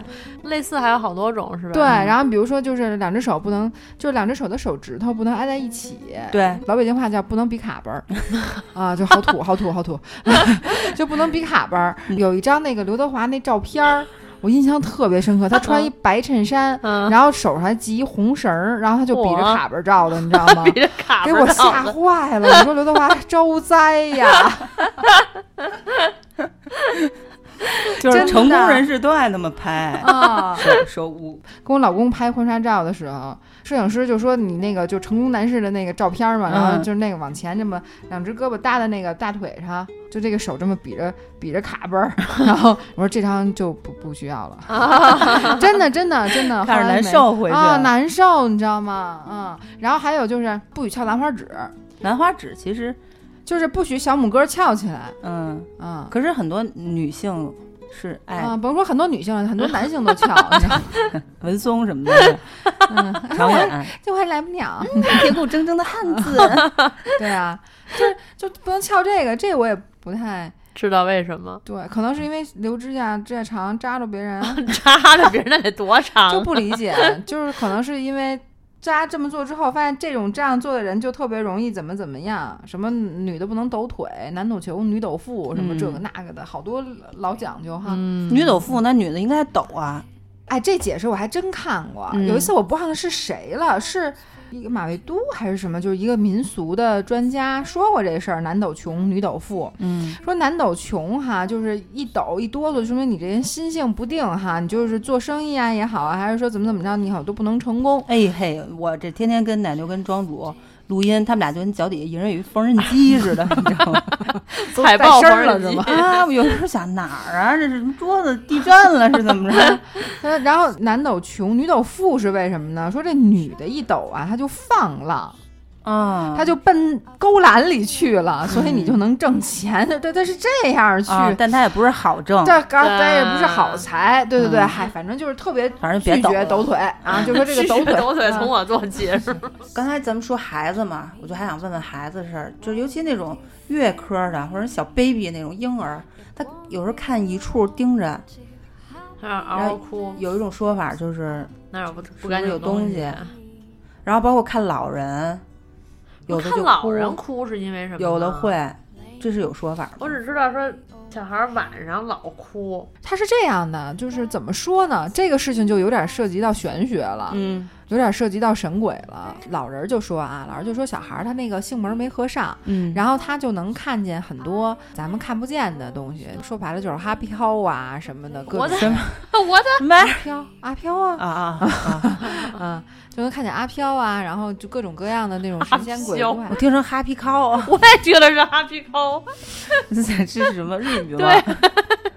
Speaker 2: 对。类似还有好多种是吧？
Speaker 3: 对，然后比如说就是两只手不能，就是两只手的手指头不能挨在一起。
Speaker 1: 对，
Speaker 3: 老北京话叫不能比卡班儿啊，就好土好土好土， 就不能比卡班儿。有一张那个刘德华那照片儿，我印象特别深刻，他穿一白衬衫，
Speaker 2: 嗯，
Speaker 3: 然后手上还系一红绳儿，然后他就比着
Speaker 2: 哇？
Speaker 3: 卡班儿照的，你知道吗
Speaker 2: 比这卡
Speaker 3: 给
Speaker 2: 门
Speaker 3: 我
Speaker 2: 儿
Speaker 3: 吓
Speaker 2: 大的
Speaker 3: 坏了！你说刘德华 招灾呀？
Speaker 1: 就是
Speaker 3: 真的，
Speaker 1: 成功人士都爱那么拍
Speaker 3: 啊！
Speaker 1: 手手舞，
Speaker 3: 跟我老公拍婚纱照的时候，摄影师就说你那个就成功男士的那个照片嘛，
Speaker 1: 嗯
Speaker 3: 然后就是那个往前这么两只胳膊搭在那个大腿上，就这个手这么比着比着卡背儿，然后我说这张就不不需要了， 真的真的真 的，
Speaker 1: 看着
Speaker 3: 后来
Speaker 1: 难
Speaker 3: 没
Speaker 1: 受回去。
Speaker 3: 啊，难受你知道吗？嗯，然后还有就是不许翘兰花指，
Speaker 1: 兰花指其实，
Speaker 3: 就是不许小拇哥翘起来，
Speaker 1: 嗯，
Speaker 3: 啊、
Speaker 1: 可是很多女性是爱
Speaker 3: 啊，甭说很多女性了，很多男性都翘，你知道吗？
Speaker 1: 文松什么的，
Speaker 3: 嗯，
Speaker 1: 长远
Speaker 3: 这我还来不了。
Speaker 1: 铁骨铮铮的 汉子。
Speaker 3: 对啊，就是就不能翘这个，这我也不太
Speaker 2: 知道为什么
Speaker 3: 对，可能是因为留指甲指甲长扎着别人，
Speaker 2: 扎着别人那得多长？
Speaker 3: 就不理解，就是可能是因为。扎这么做之后，发现这种这样做的人就特别容易怎么怎么样，什么女的不能抖腿，男抖球，女抖腹，什么这个
Speaker 1: 嗯
Speaker 3: 那个的，好多老讲究哈。
Speaker 2: 嗯
Speaker 1: 女抖妇，那女的应该抖啊，
Speaker 3: 哎，这解释我还真看过，
Speaker 1: 嗯
Speaker 3: 有一次我不忘了是谁了，是一个马未都还是什么，就是一个民俗的专家说过这事儿，男抖穷，女抖富。
Speaker 1: 嗯，
Speaker 3: 说男抖穷哈，就是一抖一哆嗦，说明你这人心性不定哈。你就是做生意啊也好啊，还是说怎么怎么着你好都不能成功。
Speaker 1: 哎嘿，我这天天跟奶牛跟庄主录音，他们俩就跟脚底下一人有一缝纫机似的，你知道吗？
Speaker 2: 海
Speaker 3: 带声
Speaker 2: 报缝
Speaker 3: 儿了
Speaker 2: 纫
Speaker 3: 是
Speaker 2: 机
Speaker 3: 吗？
Speaker 1: 啊，我有时候想哪儿啊？这是什么桌子地震了是怎么 着？
Speaker 3: 呃然后男抖穷，女抖富是为什么呢？说这女的一抖啊，她就放浪，
Speaker 1: 啊，
Speaker 3: 她就奔勾栏里去了，所以你就能挣钱。对，她是这样去。
Speaker 1: 啊，但他也不是好挣，
Speaker 3: 这嘎咱也不是好财，对对对，嗨，反正就是特别
Speaker 1: 反正别
Speaker 3: 拒
Speaker 1: 抖
Speaker 3: 绝
Speaker 1: 了
Speaker 3: 抖腿啊，就说这个
Speaker 2: 拒
Speaker 3: 抖
Speaker 2: 绝
Speaker 3: 腿，
Speaker 2: 抖腿
Speaker 3: 啊
Speaker 2: 从我做起，
Speaker 1: 刚才咱们说孩子嘛，我就还想问问孩子的事儿，就是尤其那种月科的或者小 baby 那种婴儿，他有时候看一处盯着，
Speaker 2: 那嗷嗷哭，
Speaker 1: 有一种说法就是，
Speaker 2: 那有不不干净
Speaker 1: 有
Speaker 2: 的
Speaker 1: 东
Speaker 2: 西
Speaker 1: 西。然后包括看老人，有的就
Speaker 2: 看
Speaker 1: 哭，
Speaker 2: 老人哭是因为什么？
Speaker 1: 有的，会，这是有说法
Speaker 2: 我
Speaker 1: 的。
Speaker 2: 只知道说小孩晚上老哭，
Speaker 3: 他是这样的，就是怎么说呢？这个事情就有点涉及到玄学了，
Speaker 1: 嗯
Speaker 3: 有点涉及到神鬼了。老人就说啊，老人就说小孩儿他那个性门没合上，
Speaker 1: 嗯
Speaker 3: 然后他就能看见很多咱们看不见的东西。说白了就是哈飘啊什么的，各
Speaker 2: 我
Speaker 3: 种
Speaker 2: 的
Speaker 3: 什么
Speaker 2: 我的
Speaker 1: 什么
Speaker 3: 阿飘阿飘啊，
Speaker 1: 啊啊啊！
Speaker 3: 嗯，就能看见阿飘啊，然后就各种各样的那种神仙鬼
Speaker 2: 阿飘
Speaker 3: 怪
Speaker 1: 我。听成哈皮靠 啊，
Speaker 2: 我也觉得是哈皮抠，
Speaker 1: 这是什么日语吗？
Speaker 2: 对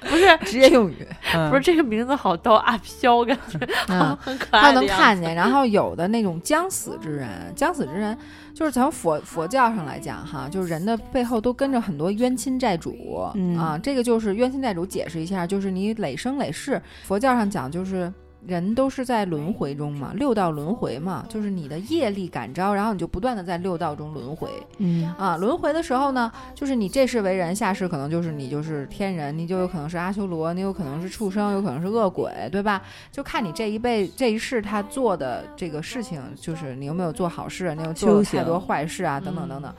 Speaker 2: 不是
Speaker 3: 职业用 语，
Speaker 1: 嗯
Speaker 2: 不是这个名字好逗，阿飘感觉
Speaker 3: 嗯，
Speaker 2: 很可
Speaker 3: 他
Speaker 2: 爱的
Speaker 3: 能
Speaker 2: 样子，
Speaker 3: 看见。然后有的那种将死之人，将死之人就是从佛佛教上来讲哈，就是人的背后都跟着很多冤亲债主、
Speaker 1: 嗯
Speaker 3: 啊。这个就是冤亲债主，解释一下，就是你累生累世。佛教上讲就是。人都是在轮回中嘛，六道轮回嘛，就是你的业力感召，然后你就不断的在六道中轮回
Speaker 1: 嗯
Speaker 3: 啊。轮回的时候呢，就是你这世为人，下世可能就是你就是天人，你就有可能是阿修罗，你有可能是畜生，有可能是恶鬼，对吧？就看你这一辈这一世他做的这个事情，就是你有没有做好事，你有做
Speaker 1: 修行
Speaker 3: 太多坏事啊，等等等等。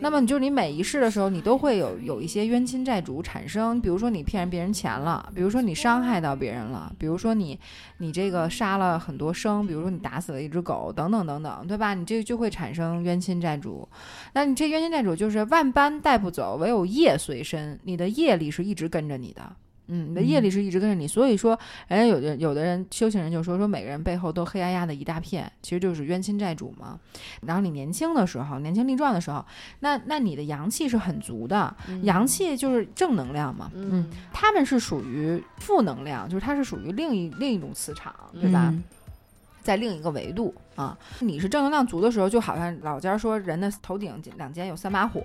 Speaker 3: 那么你就是你每一世的时候，你都会有有一些冤亲债主产生，比如说你骗别人钱了，比如说你伤害到别人了，比如说你你这个杀了很多生，比如说你打死了一只狗，等等等等，对吧？你这就会产生冤亲债主。那你这冤亲债主就是万般带不走，唯有业随身，你的业力是一直跟着你的。嗯，你的业力是一直跟着你，所以说人家有的有的人修行人就说说每个人背后都黑压压的一大片，其实就是冤亲债主嘛。然后你年轻的时候，年轻力壮的时候，那那你的阳气是很足的，
Speaker 1: 嗯
Speaker 3: 阳气就是正能量嘛。
Speaker 2: 嗯，
Speaker 3: 他们是属于负能量，就是它是属于另一另一种磁场，对吧？
Speaker 1: 嗯
Speaker 3: 在另一个维度啊。你是正能量足的时候，就好像老家说人的头顶两肩有三把火，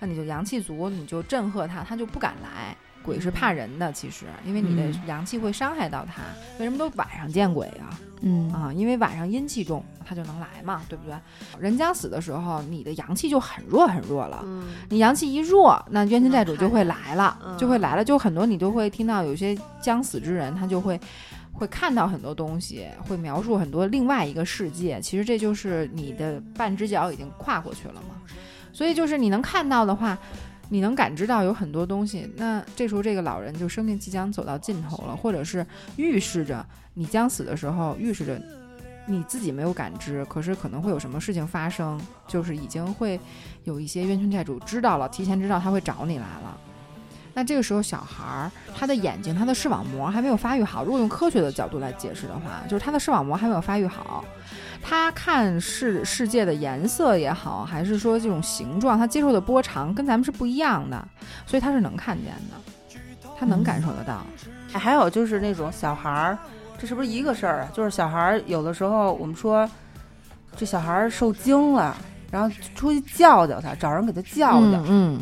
Speaker 3: 那你就阳气足，你就震慑他，他就不敢来。鬼是怕人的，其实因为你的
Speaker 1: 嗯
Speaker 3: 阳气会伤害到他。为什么都晚上见鬼啊？
Speaker 1: 嗯
Speaker 3: 啊，因为晚上阴气重，他就能来嘛，对不对？人将死的时候，你的阳气就很弱很弱了。
Speaker 2: 嗯
Speaker 3: 你阳气一弱，那冤亲
Speaker 2: 能
Speaker 3: 债主就
Speaker 2: 看
Speaker 3: 会
Speaker 2: 见
Speaker 3: 来了，
Speaker 2: 嗯
Speaker 3: 就会来了，就很多你都会听到有些将死之人，他就会会看到很多东西，会描述很多另外一个世界。其实这就是你的半只脚已经跨过去了嘛，所以就是你能看到的话。你能感知到有很多东西，那这时候这个老人就生命即将走到尽头了，或者是预示着你将死的时候，预示着你自己没有感知，可是可能会有什么事情发生，就是已经会有一些冤亲债主知道了，提前知道他会找你来了。那这个时候，小孩儿他的眼睛、他的视网膜还没有发育好。如果用科学的角度来解释的话，就是他的视网膜还没有发育好，他看世世界的颜色也好，还是说这种形状，他接受的波长跟咱们是不一样的，所以他是能看见的，他能感受得到。
Speaker 1: 哎还有就是那种小孩儿，这是不是一个事儿啊？就是小孩儿有的时候我们说，这小孩儿受惊了，然后出去叫叫他，找人给他叫叫，
Speaker 3: 嗯，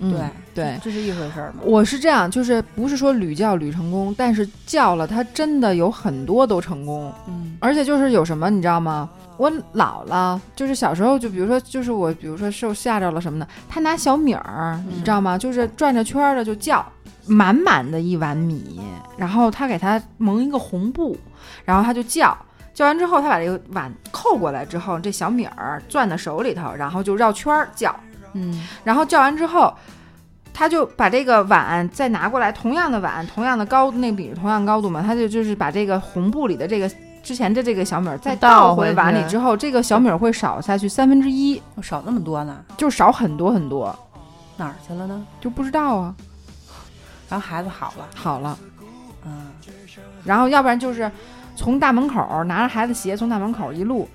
Speaker 3: 嗯
Speaker 1: 对
Speaker 3: 对，
Speaker 1: 这是一回事儿吗？
Speaker 3: 我是这样，就是不是说屡教屡成功，但是教了他真的有很多都成功，
Speaker 1: 嗯
Speaker 3: 而且就是有什么你知道吗？我姥姥就是小时候就比如说就是我比如说受吓着了什么的，她拿小米儿，你知道吗？就是转着圈儿的就叫，满满的一碗米，然后她给它蒙一个红布，然后她就叫。叫完之后，她把这个碗扣过来之后，这小米儿攥在手里头，然后就绕圈儿叫，
Speaker 1: 嗯
Speaker 3: 然后叫完之后，他就把这个碗再拿过来，同样的碗，同样的高那米同样高度嘛，他就就是把这个红布里的这个之前的这个小米儿再
Speaker 2: 倒
Speaker 3: 倒
Speaker 2: 回
Speaker 3: 回
Speaker 2: 去
Speaker 3: 碗里之后，这个小米儿会少下去三分之一，
Speaker 1: 我哦少那么多呢，
Speaker 3: 就少很多很多，
Speaker 1: 哪儿去了呢？
Speaker 3: 就不知道啊。
Speaker 1: 然后孩子好了，
Speaker 3: 好了，
Speaker 1: 嗯，
Speaker 3: 然后要不然就是从大门口儿拿着孩子鞋从大门口儿一路。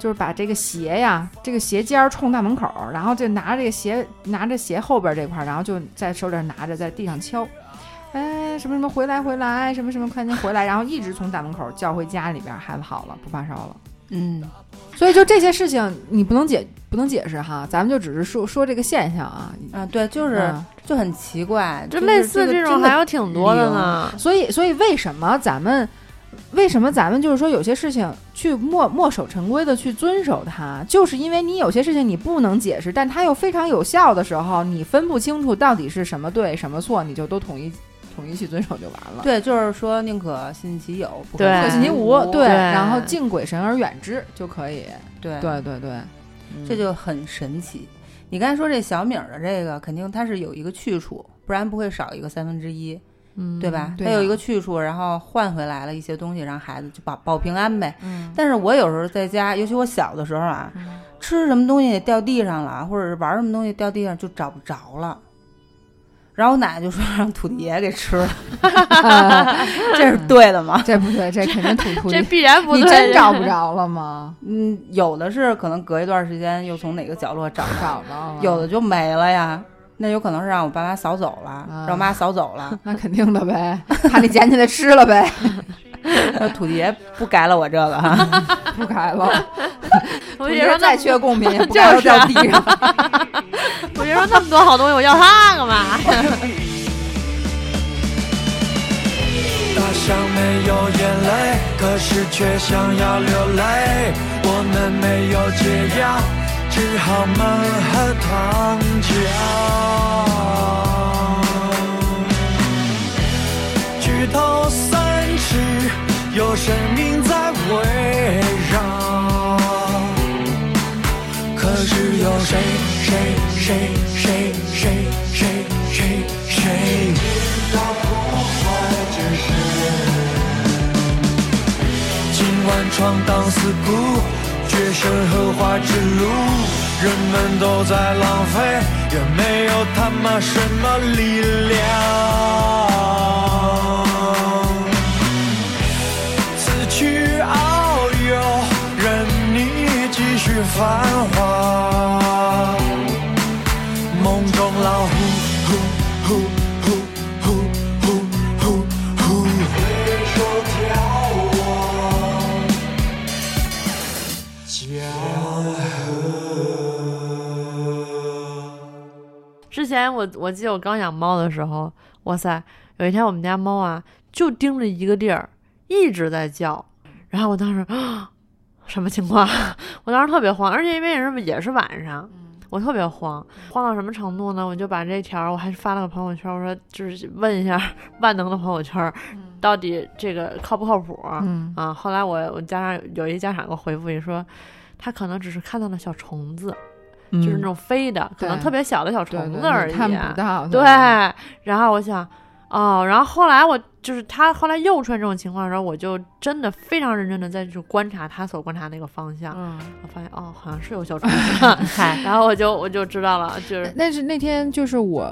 Speaker 3: 就是把这个鞋呀，这个鞋尖儿冲大门口儿，然后就拿着这个鞋，拿着鞋后边儿这块儿，然后就在手里儿拿着，在地上敲，哎，什么什么回来回来，什么什么快点回来，然后一直从大门口儿叫回家里边儿，孩子好了，不发烧了。
Speaker 1: 嗯，
Speaker 3: 所以就这些事情你不能解不能解释哈，咱们就只是说说这个现象啊，
Speaker 1: 啊，对，就、
Speaker 3: 就是
Speaker 1: 就很奇怪，
Speaker 2: 嗯就是类似
Speaker 1: 这个
Speaker 2: 种
Speaker 1: 真的
Speaker 2: 还有挺多的呢。
Speaker 3: 所以，所以为什么咱们，为什么咱们就是说有些事情去墨墨守成规的去遵守它，就是因为你有些事情你不能解释，但它又非常有效的时候，你分不清楚到底是什么对什么错，你就都统一统一去遵守就完了。
Speaker 1: 对，就是说宁可信其有，不可
Speaker 2: 对
Speaker 3: 信其无，对，
Speaker 2: 对
Speaker 3: 然后敬鬼神而远之就可以。
Speaker 1: 对
Speaker 3: 对对对，
Speaker 1: 这就很神奇。你刚才说这小米儿的这个，肯定它是有一个去处，不然不会少一个三分之一，
Speaker 2: 嗯，
Speaker 1: 对吧？
Speaker 3: 对
Speaker 1: 它
Speaker 3: 啊
Speaker 1: 有一个去处，然后换回来了一些东西，让孩子就保保平安呗。
Speaker 2: 嗯？
Speaker 1: 但是我有时候在家，尤其我小的时候啊，吃什么东西掉地上了，或者是玩什么东西掉地上就找不着了。然后我奶奶就说让土地爷给吃了，这是对的吗？
Speaker 3: 这不对，这肯定土土
Speaker 2: 这
Speaker 3: 地，
Speaker 2: 必然不
Speaker 3: 你
Speaker 2: 对，
Speaker 3: 真 找不着了吗？
Speaker 1: 嗯，有的是可能隔一段时间又从哪个角落找到，
Speaker 3: 找到了，
Speaker 1: 有的就没了呀。那有可能是让我爸妈扫走了，让我妈扫走了，
Speaker 3: 那肯定的呗，怕你捡起来吃了呗。
Speaker 1: 那土地爷不改了我这 个哈，
Speaker 3: 不改 了，
Speaker 2: 我
Speaker 3: 我
Speaker 2: 就
Speaker 3: 觉
Speaker 2: 觉得
Speaker 3: 得再
Speaker 2: 那
Speaker 3: 缺贡品也不
Speaker 2: 就
Speaker 3: 该
Speaker 2: 是
Speaker 3: 掉地上。
Speaker 2: 我就说那么多好东西，我要它干嘛？
Speaker 4: 大象没有眼泪，可是却想要流泪。我们没有解药，只好闷喝糖浆。举头三尺，有生命在围绕。可是有谁谁谁谁谁谁谁谁？今晚闯荡四顾，决胜荷花之路。人们都在浪费，也没有他妈什么力量。此去遨游，任你继续繁华。梦中老虎，呼呼呼呼呼呼呼，挥手眺望江河。
Speaker 2: 之前我我记得我刚养猫的时候，哇塞，有一天我们家猫啊就盯着一个地儿一直在叫，然后我当时啊什么情况？ 我当时特别慌，而且因为也是也是晚上。我特别慌，慌到什么程度呢？我就把这条儿我还发了个朋友圈，我说就是问一下万能的朋友圈，到底这个靠不靠谱？
Speaker 3: 嗯
Speaker 2: 啊，后来我我家长有一家长给我回复也说，他可能只是看到了小虫子，嗯就是
Speaker 3: 嗯
Speaker 2: 那种飞的，可能
Speaker 3: 对
Speaker 2: 特别小的
Speaker 3: 嗯
Speaker 2: 小
Speaker 3: 对
Speaker 2: 虫
Speaker 3: 对
Speaker 2: 子而
Speaker 3: 你
Speaker 2: 已。
Speaker 3: 看不到。
Speaker 2: 对，然后我想，哦，然后后来我就是他后来又出现这种情况的时候，我就真的非常认真的再去观察他所观察那个方向，
Speaker 3: 嗯，
Speaker 2: 我发现哦，好像是有小虫子，
Speaker 1: 嗨，
Speaker 2: 然后我就我就知道了， 就是
Speaker 3: 但是那天就是我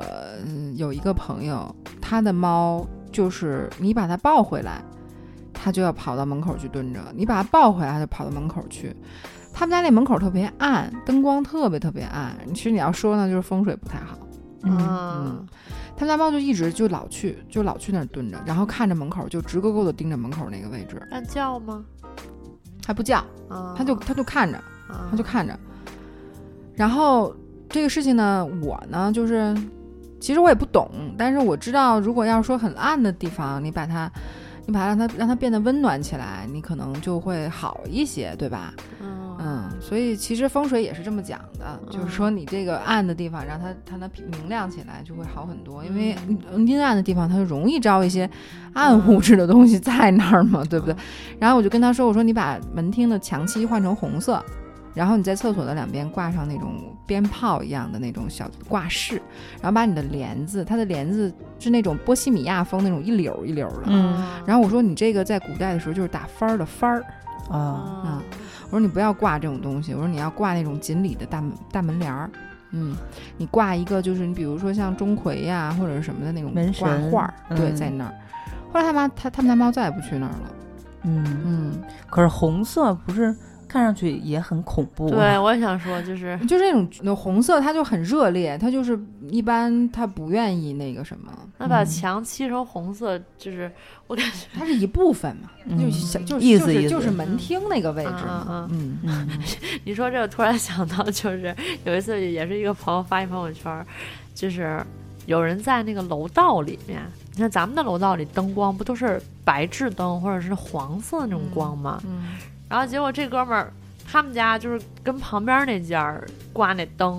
Speaker 3: 嗯有一个朋友，他的猫就是你把它抱回来，它就要跑到门口去蹲着；你把它抱回来，它就跑到门口去。他们家那门口特别暗，灯光特别特别暗。其实你要说呢，就是风水不太好。
Speaker 2: 嗯
Speaker 3: 嗯，他们家猫就一直就老去，就老去那儿蹲着，然后看着门口，就直勾勾的盯着门口那个位置，
Speaker 2: 那叫吗？
Speaker 3: 还不叫，
Speaker 2: 啊，
Speaker 3: 它就它就看着。
Speaker 2: 啊
Speaker 3: 他就看着。然后这个事情呢，我呢就是，其实我也不懂，但是我知道，如果要是说很暗的地方，你把它，你把它让它让它变得温暖起来，你可能就会好一些，对吧？
Speaker 2: 嗯
Speaker 3: 嗯，所以其实风水也是这么讲的，就是说你这个暗的地方让它让它明亮起来，就会好很多，因为嗯阴暗的地方它就容易招一些暗物质的东西在那儿嘛，对不对？然后我就跟他说，我说你把门厅的墙漆换成红色。然后你在厕所的两边挂上那种鞭炮一样的那种小挂饰，然后把你的帘子，它的帘子是那种波西米亚风那种一绺儿一绺儿的。
Speaker 2: 嗯
Speaker 3: 然后我说你这个在古代的时候就是打幡儿的幡儿，
Speaker 1: 啊，
Speaker 2: 啊
Speaker 3: 我说你不要挂这种东西，我说你要挂那种锦鲤的大门大门帘儿，嗯，你挂一个就是你比如说像钟馗呀、或者是什么的那种
Speaker 1: 门
Speaker 3: 挂
Speaker 1: 神
Speaker 3: 画儿，对，
Speaker 1: 嗯
Speaker 3: 在那儿。后来他妈他他们家猫再也不去那儿了，
Speaker 1: 嗯，
Speaker 3: 嗯，
Speaker 1: 可是红色不是看上去也很恐怖。啊
Speaker 2: 对，我也想说，就是
Speaker 3: 就是那种那红色，它就很热烈，它就是一般它不愿意那个什么，
Speaker 2: 那把墙漆成红色，就是我感觉
Speaker 3: 它是一部分嘛，
Speaker 1: 嗯
Speaker 3: 就是小就是
Speaker 1: 意
Speaker 3: 就
Speaker 1: 思
Speaker 3: 是
Speaker 1: 意思
Speaker 3: 就是门厅那个位置嘛，
Speaker 2: 嗯嗯
Speaker 3: 嗯，
Speaker 1: 嗯，
Speaker 2: 你说这，我突然想到，就是有一次也是一个朋友发一朋友圈儿，就是有人在那个楼道里面，你看咱们的楼道里灯光不都是白炽灯或者是黄色那种光吗？
Speaker 3: 嗯
Speaker 2: 然后结果这哥们儿他们家就是跟旁边那家儿挂那灯。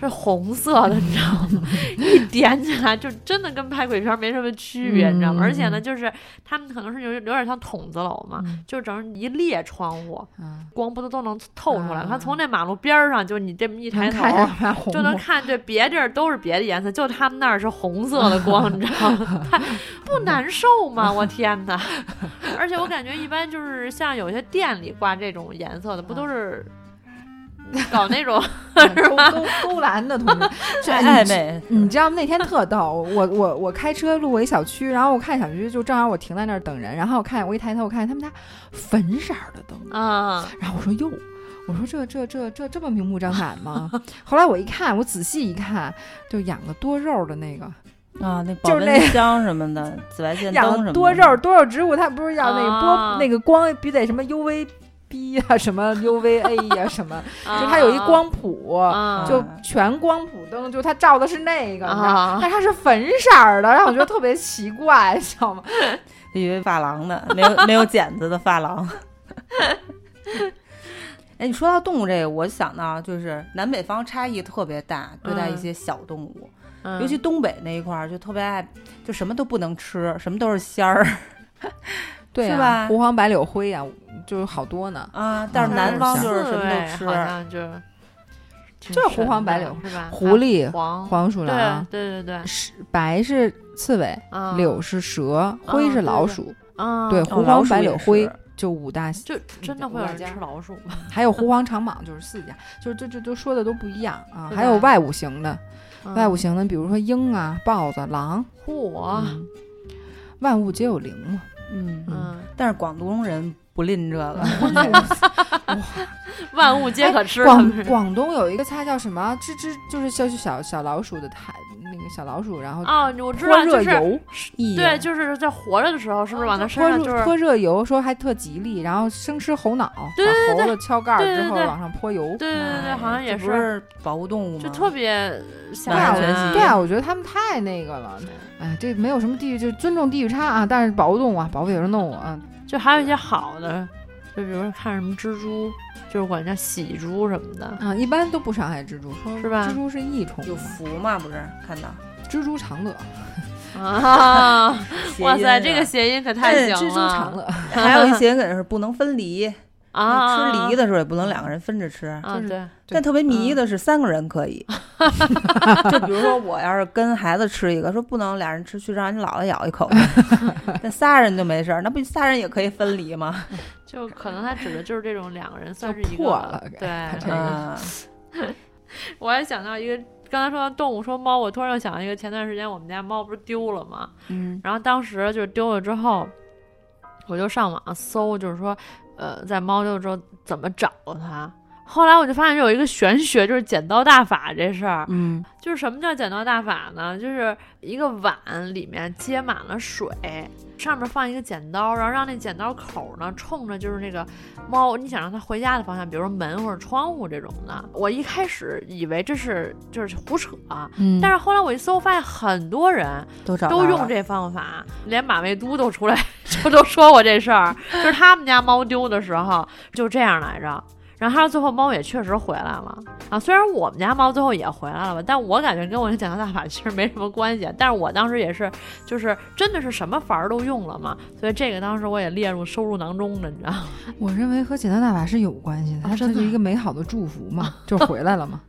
Speaker 2: 是红色的，你知道吗？ 一点起来就真的跟拍鬼片儿没什么区别，你知道吗？而且呢，就是他们可能是有有点像筒子楼嘛，
Speaker 3: 嗯
Speaker 2: 就整成一列窗户，
Speaker 3: 啊，
Speaker 2: 光不都都能透出来？
Speaker 3: 啊
Speaker 2: 他从那马路边儿上，就你这么一抬
Speaker 3: 能
Speaker 2: 头，
Speaker 3: 看见它红
Speaker 2: 就能看对别地儿都是别的颜色，就他们那儿是红色的光，你知道吗？太不难受吗？我天哪！ 而且我感觉一般就是像有些店里挂这种颜色的，不都
Speaker 3: 嗯
Speaker 2: 是搞 那种
Speaker 3: 勾勾勾栏的同 志，这
Speaker 1: 暧。昧，
Speaker 3: 你你知道吗？那天特逗， 我我我开车路过一小区，然后我看小区就正好我停在那儿等人，然后我看我一抬头，我看他们家粉色儿的灯，
Speaker 2: 啊？
Speaker 3: 然后我说哟，我说这这这这这么明目张胆吗？ 后来我一看，我仔细一看，就养个多肉的那个，
Speaker 1: 啊，那保
Speaker 3: 就是那
Speaker 1: 温箱什么的，紫外线灯
Speaker 3: 养
Speaker 1: 什么
Speaker 3: 了
Speaker 1: 的，
Speaker 3: 多肉多肉植物，它不是要那个波、
Speaker 2: 啊
Speaker 3: 那个光必须得什么 UVB 啊，什么 UVA 呀、什么，
Speaker 2: 就
Speaker 3: 就它有一光谱。
Speaker 2: 啊，
Speaker 3: 就全光谱灯，就它照的是那个，你知道吗
Speaker 2: 啊
Speaker 3: 但它是粉色儿的，让我觉得特别奇怪， 你知道吗？
Speaker 1: 以为发廊呢，没 有没有剪子的发 廊。哎，你说到动物这个，我想到就是南北方差异特别大，对待一些小动物，
Speaker 2: 嗯
Speaker 1: 尤其东北那一块儿就特别爱，就什么都不能吃，什么都是仙儿
Speaker 3: 对
Speaker 1: 是吧
Speaker 3: 啊，狐黄白柳灰啊，就是好多呢。
Speaker 1: 啊。 但是南方就是什么都吃，
Speaker 2: 好像就是挺
Speaker 3: 就是
Speaker 2: 神
Speaker 3: 狐黄白
Speaker 2: 的
Speaker 3: 柳
Speaker 2: 是吧？
Speaker 3: 狐狸、
Speaker 2: 黄
Speaker 3: 黄鼠狼
Speaker 2: 对，对对对，
Speaker 3: 是白是刺猬，
Speaker 2: 啊
Speaker 3: 柳是蛇，灰是老鼠，
Speaker 2: 啊，
Speaker 3: 嗯对，嗯
Speaker 1: 哦
Speaker 3: 狐
Speaker 1: 老
Speaker 3: 黄
Speaker 1: 鼠
Speaker 3: 白
Speaker 1: 也
Speaker 3: 柳灰
Speaker 1: 是
Speaker 3: 就五大，
Speaker 2: 就真的会有人吃老鼠吗？
Speaker 3: 还有狐黄长蟒就是四家，就是这这都说的都不一样啊。
Speaker 2: 对
Speaker 3: 还有
Speaker 2: 吧
Speaker 3: 外五行的，外五
Speaker 2: 嗯
Speaker 3: 行的，比如说鹰啊、豹子、狼，
Speaker 2: 嚯，
Speaker 3: 嗯万物皆有灵嘛。
Speaker 1: 嗯，
Speaker 2: 嗯，
Speaker 1: 但是广东人不吝这
Speaker 3: 嗯
Speaker 1: 个，
Speaker 2: 万物皆可吃，
Speaker 3: 哎广广东有一个菜叫什么？啊吱吱，就是小小小老鼠的菜，那个小老鼠，然后
Speaker 2: 啊，我知
Speaker 3: 泼
Speaker 2: 道，
Speaker 3: 热
Speaker 2: 就是
Speaker 3: 油，
Speaker 2: 对，就是在活着的时候，是不是往他身
Speaker 3: 泼
Speaker 2: 上就
Speaker 3: 热
Speaker 2: 是
Speaker 3: 泼热油，说还特吉利，然后生吃猴脑，
Speaker 2: 对对
Speaker 3: 把猴子敲盖儿
Speaker 2: 对
Speaker 3: 之
Speaker 2: 对
Speaker 3: 后
Speaker 2: 对
Speaker 3: 往上泼油，
Speaker 2: 对对对对，好
Speaker 3: 哎
Speaker 2: 像也
Speaker 1: 哎这不
Speaker 2: 是，
Speaker 1: 是保护动物吗？
Speaker 2: 就特别吓
Speaker 1: 满汉
Speaker 2: 人
Speaker 1: 全席
Speaker 3: 对啊，我觉得他们太那个了。哎，这没有什么地域，就是尊重地域差啊，但是保护动物啊，保护有人动物啊。
Speaker 2: 就还有一些好的，就比如说看什么蜘蛛，就是管叫喜蛛什么 的，
Speaker 3: 啊，一般都不伤害蜘蛛，说
Speaker 2: 嗯是吧
Speaker 3: 蜘蛛是益虫
Speaker 1: 有
Speaker 3: 嘛，
Speaker 1: 福嘛，不是？看 到
Speaker 3: 蜘蛛长乐，
Speaker 2: 啊，
Speaker 1: 谐
Speaker 2: 哇
Speaker 1: 音
Speaker 2: 塞，
Speaker 1: 的
Speaker 2: 这个谐音可太
Speaker 1: 对
Speaker 3: 蜘
Speaker 2: 行啊
Speaker 3: 蛛长
Speaker 2: 了
Speaker 3: 乐，
Speaker 1: 还有一谐音梗是不能分离，
Speaker 2: 啊！
Speaker 1: 吃梨的时候也不能两个人分着吃。
Speaker 2: 啊，
Speaker 3: 就是
Speaker 2: 对，嗯
Speaker 1: 但特别迷的是三个人可 以，就比如说我要是跟孩子吃一个，说不能俩人吃，去让你姥姥咬一口， 但仨人就没事儿，那不仨人也可以分离吗？
Speaker 2: 就可能他指的就是这种两个人算是一个
Speaker 3: 破了给
Speaker 2: 对，啊
Speaker 3: 这个
Speaker 1: 嗯，
Speaker 2: 我还想到一个，刚才说到动物，说猫，我突然又想到一个，前段时间我们家猫不是丢了吗？
Speaker 1: 嗯，
Speaker 2: 然后当时就是丢了之后，我就上网搜，就是说，呃，在猫丢了之后怎么找它。后来我就发现有一个玄学，就是剪刀大法这事儿。
Speaker 1: 嗯，
Speaker 2: 就是什么叫剪刀大法呢？就是一个碗里面接满了水，上面放一个剪刀，然后让那剪刀口呢冲着就是那个猫，你想让它回家的方向，比如说门或者窗户这种的。我一开始以为这是就是胡扯啊、
Speaker 3: 嗯
Speaker 2: 但是后来我一搜，发现很多人
Speaker 1: 都找
Speaker 2: 都
Speaker 1: 到
Speaker 2: 用
Speaker 1: 了
Speaker 2: 这方法，连马未都都出来 就都说过这事儿，就是他们家猫丢的时候就这样来着。然后他最后猫也确实回来了啊，虽然我们家猫最后也回来了吧，但我感觉跟我这剪刀大法其实没什么关系。啊但是我当时也是，就是真的是什么法儿都用了嘛，所以这个当时我也列入收入囊中的，你知 道吗？
Speaker 3: 我认为和剪刀大法是有关系的，它这
Speaker 2: 哦真的
Speaker 3: 是一个美好的祝福 嘛，就回来了嘛。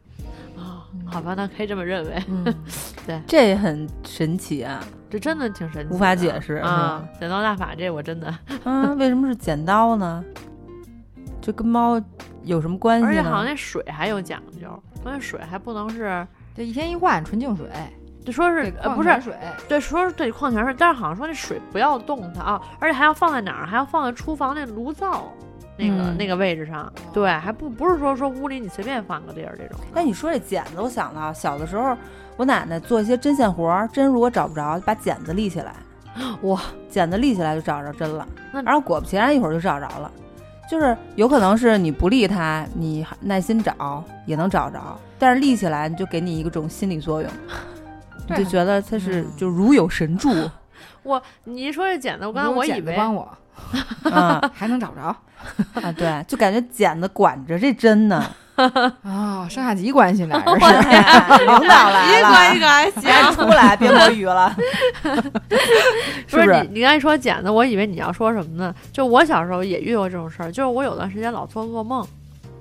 Speaker 2: 啊好吧，那可以这么认为，
Speaker 3: 嗯，
Speaker 1: 这也很神奇啊，
Speaker 2: 这真的挺神奇的，
Speaker 1: 无法解释
Speaker 2: 啊！剪刀大法这我真的，
Speaker 1: 嗯，为什么是剪刀呢？这跟猫有什么关系呢？
Speaker 2: 而且好像那水还有讲究，好像水还不能是。
Speaker 3: 这一天一换纯净水，
Speaker 2: 就说是
Speaker 3: 对
Speaker 2: 呃
Speaker 3: 矿
Speaker 2: 不是
Speaker 3: 泉水，
Speaker 2: 对，说是对矿泉水，但是好像说那水不要动它啊，而且还要放在哪儿？还要放在厨房那炉灶，那个、
Speaker 1: 嗯
Speaker 2: 那个位置上，对，还不不是说说屋里你随便放个地儿这种的。
Speaker 1: 但你说这剪子，我想到小的时候，我奶奶做一些针线活儿，针如果找不着，把剪子立起来，
Speaker 2: 哇，
Speaker 1: 剪子立起来就找着针了，
Speaker 2: 那
Speaker 1: 然后果不其然一会儿就找着了。就是有可能是你不立它，你耐心找也能找着，但是立起来你就给你一个种心理 作用，你
Speaker 2: 啊
Speaker 1: 就觉得它是
Speaker 3: 嗯
Speaker 1: 就如有神助，
Speaker 2: 我你一说这剪子，我
Speaker 3: 我
Speaker 2: 刚才我以为
Speaker 3: 帮我
Speaker 1: 嗯
Speaker 3: 还能找着啊、
Speaker 1: 啊对，就感觉剪子管着这针呢，
Speaker 3: 啊上下级关系呢，这
Speaker 1: 哎
Speaker 3: 是
Speaker 1: 领导来
Speaker 2: 啊一
Speaker 1: 了
Speaker 2: 个一，个还行。
Speaker 1: 赶紧出来，别摸鱼了，是
Speaker 2: 不
Speaker 1: 不
Speaker 2: 是
Speaker 1: 是？
Speaker 2: 你，你刚才说剪子，我以为你要说什么呢？就我小时候也遇过这种事儿，就是我有段时间老做噩梦，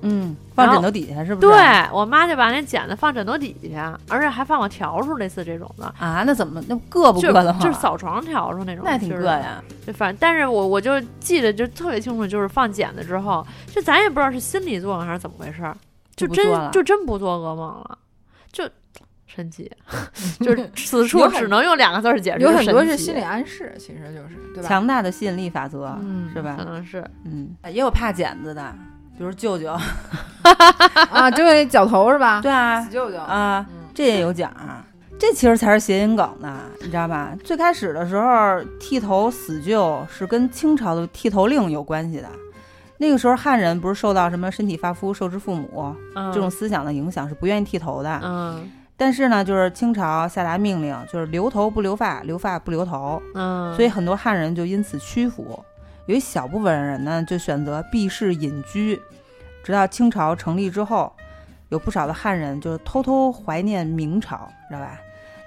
Speaker 1: 嗯，放枕头底下是不是？
Speaker 2: 对我妈就把那剪子放枕头底下，而且还放我笤帚类似这种的，
Speaker 1: 啊，那怎么那硌不
Speaker 2: 就
Speaker 1: 硌得慌？
Speaker 2: 就是扫床笤帚那种，
Speaker 1: 那挺硌
Speaker 2: 硌。
Speaker 1: 呀。
Speaker 2: 对，反正但是我我就记得就特别清楚，就是放剪子之后，就咱也不知道是心理作用还是怎么回事儿，就
Speaker 1: 就不
Speaker 2: 真
Speaker 1: 做了
Speaker 2: 就真不做噩梦了，就神 奇，就是此处只能用两个字儿解释，
Speaker 3: 有很多
Speaker 2: 神
Speaker 3: 是
Speaker 2: 奇
Speaker 3: 心理，暗示，其实就是对吧？
Speaker 1: 强大的吸引力法则，
Speaker 2: 嗯，
Speaker 1: 是吧
Speaker 2: 可能是
Speaker 1: 嗯，也有怕剪子的，比如舅舅，
Speaker 3: 啊，就那脚头是 吧？
Speaker 1: 对啊
Speaker 3: 死舅舅，
Speaker 1: 啊
Speaker 3: 嗯，
Speaker 1: 这也有奖啊。这其实才是谐音梗呢，你知道吧？最开始的时候，剃头死舅是跟清朝的剃头令有关系的。那个时候汉人不是受到什么身体发肤受之父母
Speaker 2: 这
Speaker 1: 这种思想的影响，是不愿意剃头的。
Speaker 2: 嗯
Speaker 1: 但是呢，就是清朝下达命令，就是留头不留发，留发不留头，
Speaker 2: 嗯，
Speaker 1: 所以很多汉人就因此屈服。有一小部分人呢，就选择避世隐居。直到清朝成立之后，有不少的汉人就偷偷怀念明朝，知道吧？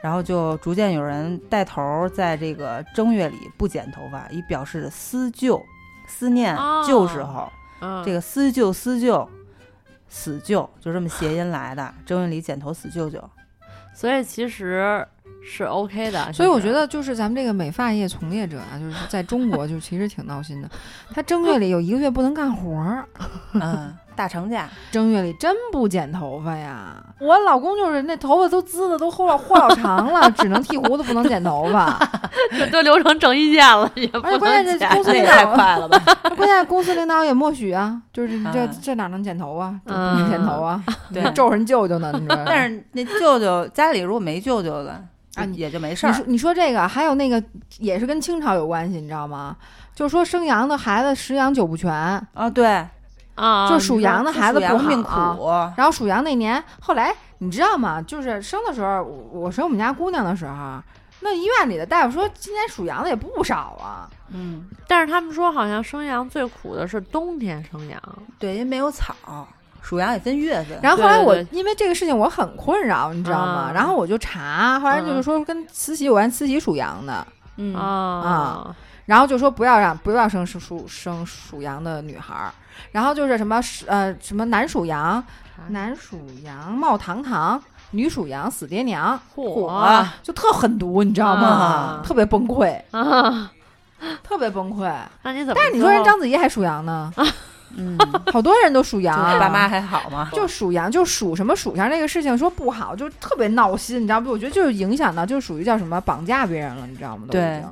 Speaker 1: 然后就逐渐有人带头在这个正月里不剪头发，以表示思旧、思念
Speaker 2: 哦
Speaker 1: 旧时候。
Speaker 2: 嗯
Speaker 1: 这个思旧思旧，死舅就这么谐音来的。正月里剪头死舅 舅。
Speaker 2: 所以其实是 OK 的，
Speaker 3: 所以我
Speaker 2: 其实
Speaker 3: 觉得，就是咱们这个美发业从业者啊，就是在中国就其实挺闹心的。他正月里有一个月不能干活儿，
Speaker 1: 嗯，大长假，
Speaker 3: 正月里真不剪头发呀。我老公就是那头发都滋的都后老后老长了， 只能剃胡子，不能剪 头发。
Speaker 2: 就都留成整意见了，也不
Speaker 3: 而且关键
Speaker 2: 能
Speaker 3: 是
Speaker 2: 剪
Speaker 3: 公司
Speaker 1: 这也
Speaker 3: 领
Speaker 1: 太
Speaker 3: 导，
Speaker 1: 快了吧！
Speaker 3: 关键公司领导也默许啊，就是这
Speaker 1: 嗯
Speaker 3: 这哪能剪头啊？这不能剪头啊，
Speaker 1: 对，
Speaker 3: 咒人舅舅呢，你知道吗？
Speaker 1: 但是那舅舅家里如果没舅舅了，
Speaker 3: 啊你
Speaker 1: 也就没事
Speaker 3: 你
Speaker 1: 儿。
Speaker 3: 说你说这个，还有那个也是跟清朝有关系，你知道吗？就是说生羊的孩子十羊九不全，
Speaker 1: 啊，对，
Speaker 2: 啊，
Speaker 3: 就属羊的
Speaker 1: 属
Speaker 3: 孩子不
Speaker 1: 羊
Speaker 3: 好
Speaker 1: 命
Speaker 3: 啊
Speaker 1: 苦，嗯
Speaker 3: 然后属羊那年，后来你知道吗？就是生的时候，我我生我们家姑娘的时候，那医院里的大夫说，今年属羊的也不少啊。
Speaker 1: 嗯，
Speaker 2: 但是他们说好像生羊最苦的是冬天生羊，
Speaker 1: 对，因为没有草，属羊也分月份。
Speaker 3: 然后后来
Speaker 2: 对对
Speaker 3: 我
Speaker 2: 对
Speaker 3: 因为这个事情我很困扰，你知道吗？
Speaker 2: 啊
Speaker 3: 然后我就查，后来就是
Speaker 2: 嗯
Speaker 3: 说跟慈禧有关，慈禧属羊的，
Speaker 1: 嗯
Speaker 2: 啊
Speaker 3: 啊，然后就说不要让不要生属属生属羊的女孩儿，然后就是什么呃什么男属羊，男属羊冒堂堂，女属羊死爹娘，
Speaker 2: 火
Speaker 3: 哦
Speaker 1: 啊
Speaker 3: 就特狠毒，你知道吗？
Speaker 2: 啊
Speaker 3: 特别崩溃，
Speaker 2: 啊，
Speaker 3: 特别崩溃。
Speaker 2: 那你怎么？
Speaker 3: 但是你说人章子怡还属羊呢，
Speaker 1: 嗯，
Speaker 3: 好多人都属羊，啊
Speaker 1: 爸妈。还好吗？
Speaker 3: 哦就属羊，就属什么属相这个事情说不好，就特别闹心，你知道不？我觉得就是影响到，就属于叫什么绑架别人了，你知道吗？都已
Speaker 1: 对
Speaker 3: 经，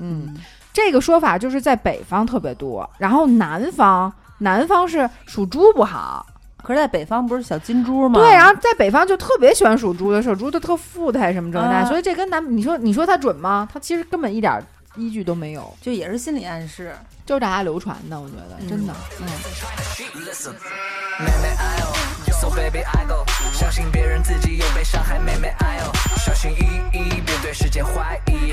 Speaker 3: 嗯，，这个说法就是在北方特别多，然后南方南方是属猪不好，
Speaker 1: 可是在北方不是小金猪吗？
Speaker 3: 对，然啊后在北方就特别喜欢属猪的，属猪的特富态什么这那，
Speaker 1: 啊
Speaker 3: 所以这跟南你说你说它准吗？它其实根本一点依据都没有，
Speaker 1: 就也是心理暗示。
Speaker 3: 就是大家流传的，我觉得、
Speaker 1: 嗯
Speaker 3: 真的，嗯，
Speaker 6: 妹妹哎呦，so baby I go，相信别人自己也被伤害，妹妹哎呦，小心翼翼，别对世界怀疑，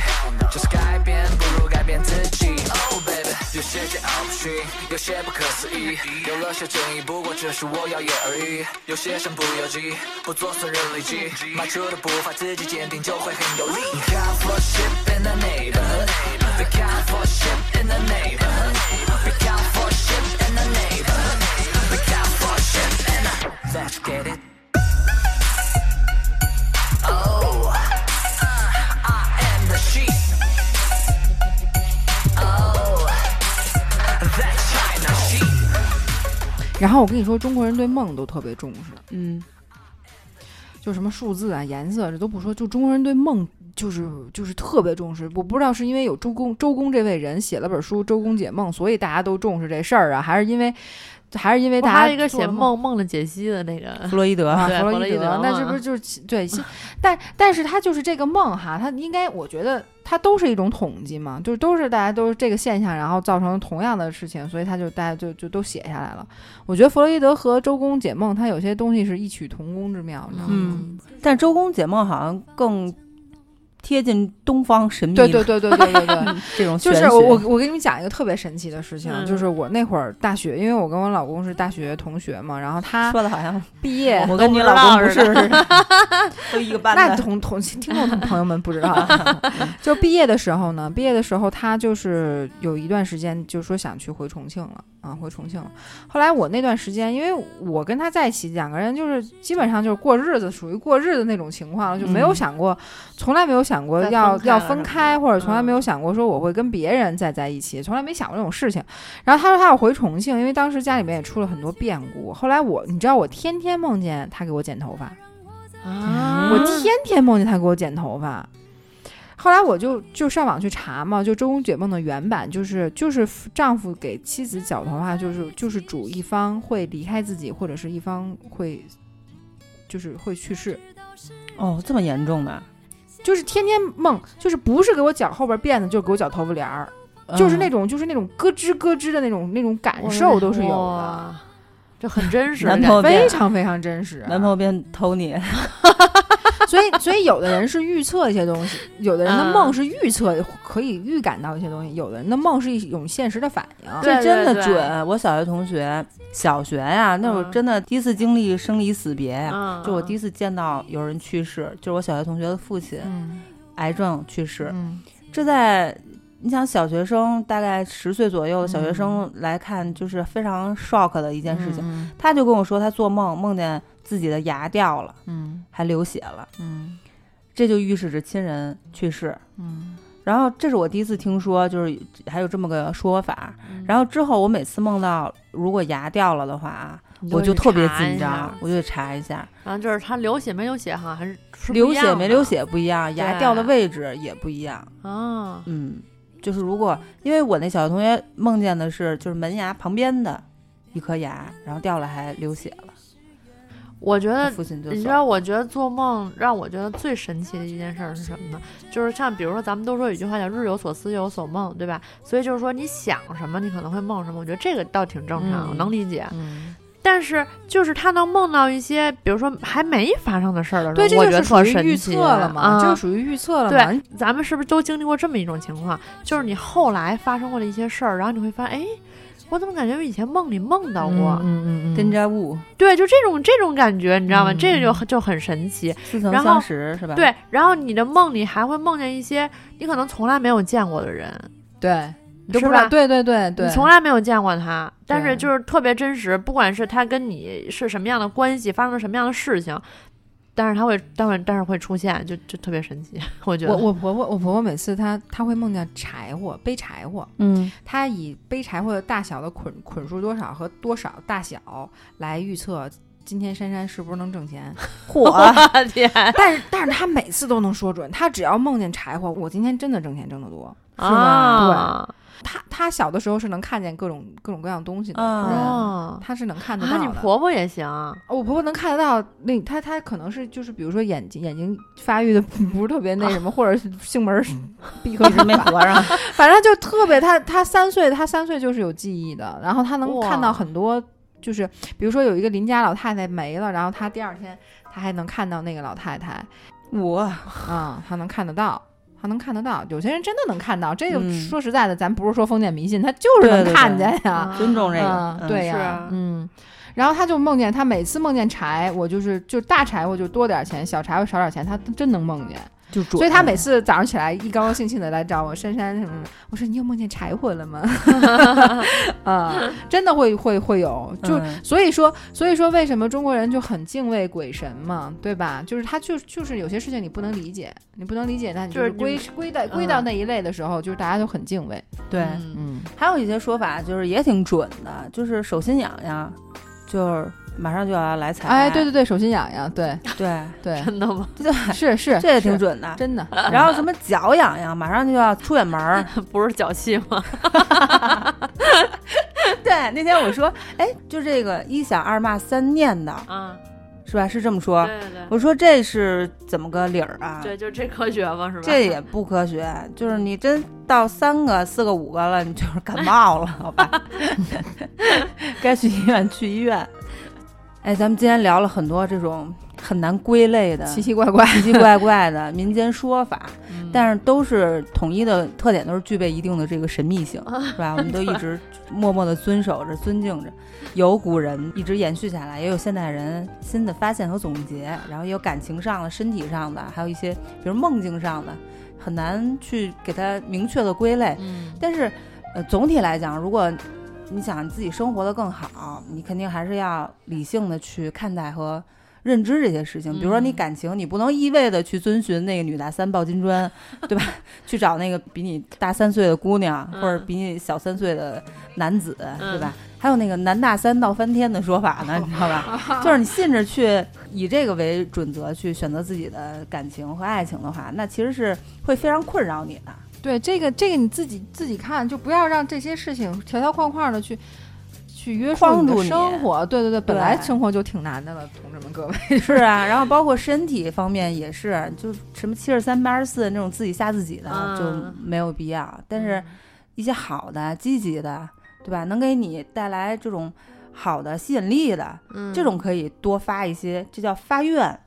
Speaker 6: 就是改变不如改变自己。Oh baby，有些桀骜不驯，有些不可思议，有了些争议，不过只是我耀眼而已。有些身不由己，不做损人利己，迈出的步伐自己坚定就会很有力。God for shit in the neighborhood。The count for shit in the neighborhood. The count for shit in the neighborhood. The count for shit in the Let's get it. Oh, uh, I am the sheep. Oh, that China sheep.
Speaker 3: 然后我跟你说，中国人对梦都特别重视，
Speaker 1: 嗯，
Speaker 3: 就什么数字啊、颜色这都不说，就中国人对梦就是就是特别重视。我不知道是因为有周公周公这位人写了本书《周公解梦》，所以大家都重视这事儿啊，还是因为还是因为
Speaker 2: 我
Speaker 3: 大
Speaker 2: 还
Speaker 3: 家
Speaker 2: 有一个
Speaker 3: 做
Speaker 2: 写
Speaker 3: 了
Speaker 2: 梦梦了解析的那个
Speaker 1: 弗，洛伊德，
Speaker 3: 啊，
Speaker 2: 对
Speaker 3: 弗
Speaker 2: 弗
Speaker 3: 洛
Speaker 2: 洛伊
Speaker 3: 伊
Speaker 2: 德
Speaker 3: 那
Speaker 2: 嘛
Speaker 3: 是不是就是其对？其但但是他就是这个梦哈，他应该我觉得他都是一种统计嘛，就是都是大家都是这个现象，然后造成同样的事情，所以他就大家就就都写下来了。我觉得弗洛伊德和周公解梦，他有些东西是异曲同工之妙，你知道吗？
Speaker 1: 嗯，但周公解梦好像更贴近东方神秘嗯
Speaker 3: 对对对对对对对。
Speaker 1: 这种
Speaker 3: 就
Speaker 1: 嗯玄
Speaker 3: 是
Speaker 1: 学
Speaker 3: 我我我给你们讲一个特别神奇的事情，啊
Speaker 2: 嗯
Speaker 3: 就是我那会儿大学，因为我跟我老公是大学同学嘛，然后他
Speaker 1: 说的好像
Speaker 3: 毕业
Speaker 1: 我跟你老公不是 都一个班
Speaker 3: 那
Speaker 1: 的，
Speaker 3: 同同 听众朋友们不知道 啊，就毕业的时候呢，毕业的时候他就是有一段时间就说想去回重庆了啊，回重庆了。后来我那段时间，因为我跟他在一起，两个人就是基本上就是过日子，属于过日子那种情况了，就没有
Speaker 1: 嗯
Speaker 3: 想过，从来没有想过
Speaker 2: 再
Speaker 3: 要
Speaker 2: 分开
Speaker 3: 要
Speaker 2: 了
Speaker 3: 分
Speaker 2: 什么
Speaker 3: 开，
Speaker 2: 的
Speaker 3: 或者从来没
Speaker 2: 嗯
Speaker 3: 有想过说我会跟别人再在一起，从来没想过这种事情。然后他说他要回重庆，因为当时家里面也出了很多变故。后来我，你知道我天天梦见他给我剪头发。
Speaker 1: 嗯
Speaker 2: 啊
Speaker 3: 我天天梦见他给我剪头发。后来我就就上网去查嘛，就《周公解梦》的原版就是就是夫丈夫给妻子绞头发，就是就是主一方会离开自己，或者是一方会就是会去世，
Speaker 1: 哦，这么严重的，
Speaker 3: 就是天天梦，就是不是给我绞后边辫子，就是给我绞头发帘儿，
Speaker 2: 嗯
Speaker 3: 就是那
Speaker 1: 种
Speaker 3: 种就是那种咯吱咯吱的那种那种感
Speaker 2: 我
Speaker 3: 受都是有的，
Speaker 2: 哇，哦就很真实的
Speaker 1: 男
Speaker 2: 感觉。
Speaker 1: 朋友
Speaker 3: 非
Speaker 1: 变
Speaker 3: 常非常真实啊、
Speaker 1: 男朋友变偷你，
Speaker 3: 所以，所以有的人是预测一些东西，有的人的
Speaker 2: 啊
Speaker 3: 梦是预测，可以预感到一些东西；有的人的梦是一种现实的反应。
Speaker 2: 对
Speaker 1: 这真的
Speaker 2: 对
Speaker 1: 准。我小学同学，小学呀、那会儿
Speaker 2: 嗯
Speaker 1: 真的第一次经历生离死别呀、
Speaker 3: 啊
Speaker 2: 嗯，
Speaker 1: 就我第一
Speaker 2: 一
Speaker 1: 次见到有人去世，就是我小学同学的父亲
Speaker 3: 嗯
Speaker 1: 癌症去世。
Speaker 3: 嗯
Speaker 1: 这在你想小学生大概十岁左右的小学生来看，就是非常 shock 的一件事情。
Speaker 3: 嗯
Speaker 1: 他就跟我说，他做梦梦见自己的牙掉了，
Speaker 3: 嗯
Speaker 1: 还流血了，
Speaker 3: 嗯
Speaker 1: 这就预示着亲人去世。
Speaker 3: 嗯
Speaker 1: 然后这是我第一次听说，就是还有这么个说法。
Speaker 3: 嗯
Speaker 1: 然后之后我每次梦到如果牙掉了的话啊，我就特别紧张，我就得查一下，
Speaker 2: 然后就是他流血没流血哈，还是是不
Speaker 1: 流
Speaker 2: 一
Speaker 1: 血
Speaker 2: 样
Speaker 1: 没
Speaker 2: 的
Speaker 1: 流血不一样，牙
Speaker 2: 对
Speaker 1: 掉的位置也不一样。
Speaker 2: 啊？
Speaker 1: 嗯，就是如果因为我那小学同学梦见的是就是门牙旁边的一颗牙，然后掉了还流血了，
Speaker 2: 我觉
Speaker 1: 我
Speaker 2: 得
Speaker 1: 父亲就
Speaker 2: 你知
Speaker 1: 走
Speaker 2: 道，
Speaker 1: 了。
Speaker 2: 我觉得做梦让我觉得最神奇的一件事儿是什么呢？就是像比如说，咱们都说有一句话叫“日有所思，夜有所梦”，对吧？所以就是说，你想什么，你可能会梦什么。我觉得这个倒挺正常，
Speaker 3: 嗯
Speaker 2: 我能理解。
Speaker 3: 嗯，
Speaker 2: 但是就是他能梦到一些，比如说还没发生的事儿的时
Speaker 3: 对，
Speaker 2: 候，
Speaker 3: 这
Speaker 2: 我
Speaker 3: 就
Speaker 2: 觉得
Speaker 3: 是属
Speaker 2: 特
Speaker 3: 于
Speaker 2: 神
Speaker 3: 预
Speaker 2: 奇
Speaker 3: 测了嘛，
Speaker 2: 啊、
Speaker 3: 这就属于预测了嘛
Speaker 2: 对。，咱们是不是都经历过这么一种情况？就是你后来发生过的一些事儿，然后你会发现，哎，我怎么感觉以前梦里梦到过？
Speaker 3: 嗯嗯
Speaker 1: 真家物
Speaker 2: 对，就这种这种感觉，你知道吗？
Speaker 3: 嗯
Speaker 2: 这个就就很神奇。
Speaker 1: 似曾
Speaker 2: 然
Speaker 1: 相
Speaker 2: 后
Speaker 1: 识是吧？，
Speaker 2: 对，然后你的梦里还会梦见一些你可能从来没有见过的人，
Speaker 3: 对，你都
Speaker 2: 是
Speaker 3: 不知道，
Speaker 2: 吧
Speaker 3: 对对对对，
Speaker 2: 你从来没有见过他，但
Speaker 3: 对
Speaker 2: 是就是特别真实，不管是他跟你是什么样的关系，发生了什么样的事情，但是他会，但会，但是会出现，就就特别神奇，我觉得。
Speaker 3: 我 我婆婆我婆婆每次她她会梦见柴火背柴火，
Speaker 1: 嗯，
Speaker 3: 它以背柴火的大小的捆捆数多少和多少大小来预测今天珊珊是不是能挣钱。
Speaker 1: 嚯，
Speaker 2: 我天
Speaker 3: 但是但是他每次都能说准，他只要梦见柴火，我今天真的挣钱挣得多。
Speaker 2: 啊！
Speaker 3: 他他小的时候是能看见各种各种各样东西的，
Speaker 1: 嗯
Speaker 2: 哦，
Speaker 3: 他是能看得
Speaker 2: 啊，
Speaker 3: 到
Speaker 2: 你
Speaker 3: 的。哦
Speaker 2: 婆婆也行，啊
Speaker 3: 我婆婆能看得到，那她她可能是就是比如说眼睛眼睛发育的 不是特别那什 么，或者是性门儿闭合
Speaker 1: 一直没
Speaker 3: 吧
Speaker 1: 合上。
Speaker 3: 反正就特别，他他三岁，他三岁就是有记忆的，然后他能
Speaker 2: 哇
Speaker 3: 看到很多，就是比如说有一个邻家老太太没了，然后他第二天他还能看到那个老太太，
Speaker 1: 我
Speaker 3: 啊、他能看得到。他能看得到，有些人真的能看到。这个
Speaker 1: 嗯
Speaker 3: 说实在的，咱不是说封建迷信，他就是
Speaker 1: 对对
Speaker 3: 能
Speaker 1: 对
Speaker 3: 看见呀。
Speaker 1: 尊重这
Speaker 2: 啊
Speaker 1: 个
Speaker 3: 嗯
Speaker 1: 嗯
Speaker 3: 对呀、
Speaker 2: 是啊
Speaker 3: 嗯。然后他就梦见，他每次梦见柴，我就是就大柴火就多点钱，小柴火少点钱，他真能梦见。
Speaker 1: 就准，
Speaker 3: 所以他每次早上起来一高高兴兴的来找我，珊珊什么的，我说你又梦见柴火了吗？ 啊、真的会会会有，就、
Speaker 1: 嗯
Speaker 3: 所以说所以说为什么中国人就很敬畏鬼神嘛，对吧？就是他就就是有些事情你不能理解，你不能理解，那你
Speaker 2: 就是
Speaker 3: 归归到归到那一类的时候，就是大家都很敬畏，
Speaker 1: 对。
Speaker 2: 嗯
Speaker 3: 嗯，
Speaker 1: 还有一些说法就是也挺准的，就是手心痒痒，就是马上就要来采
Speaker 3: 哎，
Speaker 1: 爱，
Speaker 3: 对对对，手心痒痒，对
Speaker 1: 对
Speaker 3: 对，
Speaker 2: 真的吗？
Speaker 1: 对，
Speaker 3: 是是，
Speaker 1: 这也
Speaker 3: 是
Speaker 1: 挺嗯准的。
Speaker 3: 真的。
Speaker 1: 然后什么脚痒痒，马上就要出远门儿。
Speaker 2: 不是脚气吗？
Speaker 1: 对，那天我说，哎，就这个一想二骂三念的，
Speaker 2: 啊，
Speaker 1: 是吧？是这么说。
Speaker 2: 对对
Speaker 1: 我说这是怎么个理儿啊？
Speaker 2: 对，就这科学嘛，是吧？
Speaker 1: 这也不科学，就是你真到三个、四个、五个了，你就是感冒了，好吧？ 该去医院去医院。哎，咱们今天聊了很多这种很难归类的、
Speaker 3: 奇奇怪怪，
Speaker 1: 奇奇怪怪的民间说法，
Speaker 2: 嗯
Speaker 1: 但是都是统一的特点，都是具备一定的这个神秘性，
Speaker 2: 啊
Speaker 1: 是吧？我 们都一直默默的遵守着、尊敬着，有古人一直延续下来，也有现代人新的发现和总结，然后也有感情上的、身体上的，还有一些比如梦境上的，很难去给它明确的归类。
Speaker 2: 嗯，
Speaker 1: 但是，呃，总体来讲，如果你想自己生活的更好，你肯定还是要理性的去看待和认知这些事情。比如说你
Speaker 2: 嗯
Speaker 1: 感情，你不能一味的去遵循那个女大三抱金砖，对吧？ 去找那个比你大三岁的姑娘，或者
Speaker 2: 嗯
Speaker 1: 比你小三岁的男子，对吧？还有那个男大三闹翻天的说法呢，你知道吧？就是你信着去以这个为准则去选择自己的感情和爱情的话，那其实是会非常困扰你的。
Speaker 3: 对这个这个你自己自己看，就不要让这些事情条条框框的去去约束
Speaker 1: 框
Speaker 3: 的
Speaker 1: 住你
Speaker 3: 生活。对对对，本来
Speaker 1: 对
Speaker 3: 生活就挺难的了，同志们各位。
Speaker 1: 是啊，然后包括身体方面也是，就什么七十三、八十四那种自己吓自己的、
Speaker 2: 啊
Speaker 1: 就没有必要。但
Speaker 2: 嗯
Speaker 1: 是一些好的、积极的，对吧？能给你带来这种好的吸引力的，
Speaker 2: 嗯
Speaker 1: 这种可以多发一些，这叫发愿，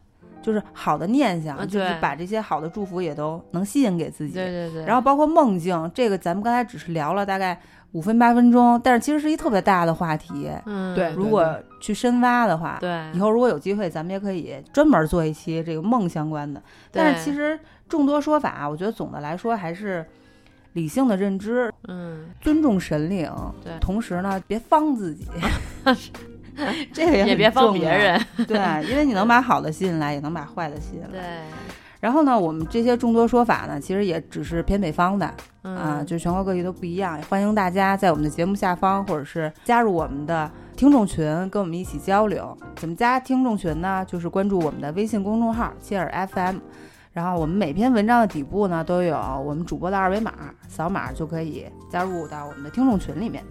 Speaker 1: 就是好的念想，
Speaker 2: 啊
Speaker 1: 就是
Speaker 2: 对
Speaker 1: 把这些好的祝福也都能吸引给自己。
Speaker 2: 对对对，
Speaker 1: 然后包括梦境，这个咱们刚才只是聊了大概五分八分钟，但是其实是一特别大的话题。
Speaker 2: 嗯
Speaker 3: 对
Speaker 1: 如果去深挖的话，
Speaker 2: 对
Speaker 1: 以后如果有机会，咱们也可以专门做一期这个梦相关的。但是其实众多说法，啊我觉得总的来说还是理性的认知，
Speaker 2: 嗯
Speaker 1: 尊重神灵，
Speaker 2: 对
Speaker 1: 同时呢，别方自 己，这个也
Speaker 2: 也
Speaker 1: 很
Speaker 2: 别放
Speaker 1: 重
Speaker 2: 别
Speaker 1: 要，
Speaker 2: 人，
Speaker 1: 对，因为你能把好的吸引来，也能把坏的吸引来。
Speaker 2: 对
Speaker 1: 然后呢，我们这些众多说法呢，其实也只是偏北方的啊，
Speaker 2: 嗯
Speaker 1: 就全国各地都不一样。也欢迎大家在我们的节目下方，或者是加入我们的听众群，跟我们一起交流。怎么加听众群呢？就是关注我们的微信公众号“切尔 FM”。然后我们每篇文章的底部呢都有我们主播的二维码，扫码就可以加入到我们的听众群里面。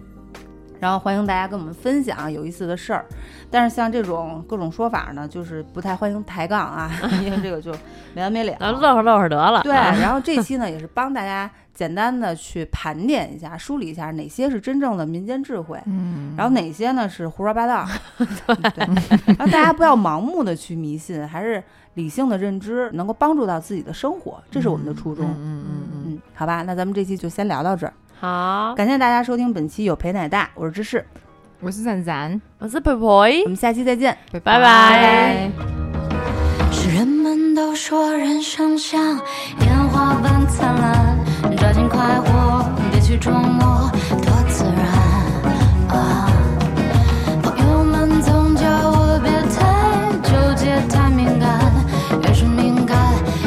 Speaker 1: 然后欢迎大家跟我们分享有意思的事儿，但是像这种各种说法呢，就是不太欢迎抬杠啊， 因为这个就没完没了。
Speaker 2: 咱乐呵乐呵得 了，
Speaker 1: 对，
Speaker 2: 啊
Speaker 1: 然后这期呢也是帮大家简单的去盘点一下、梳理一下哪些是真正的民间智慧，
Speaker 3: 嗯
Speaker 1: 然后哪些呢是胡说八道。对，然后大家不要盲目的去迷信，还是理性的认知能够帮助到自己的生活，这是我们的初衷。嗯
Speaker 3: 嗯嗯嗯嗯，
Speaker 1: 好吧，那咱们这期就先聊到这儿，
Speaker 2: 好，
Speaker 1: 感谢大家收听本期有陪奶大，我是芝士，
Speaker 3: 我是赞赞，
Speaker 2: 我是培培
Speaker 1: 我，们下期再见。
Speaker 2: 拜拜
Speaker 5: 人们都说人生像烟花般灿烂，抓紧快活，别去琢磨，多自然啊！朋友们总叫我别太纠结、太敏感，越是敏感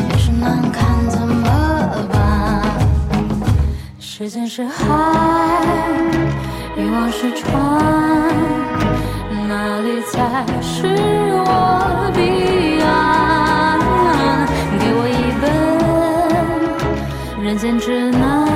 Speaker 5: 越是难看，怎么办？时间是海，欲望是船。哪里才是我彼岸？给我一本人间指南，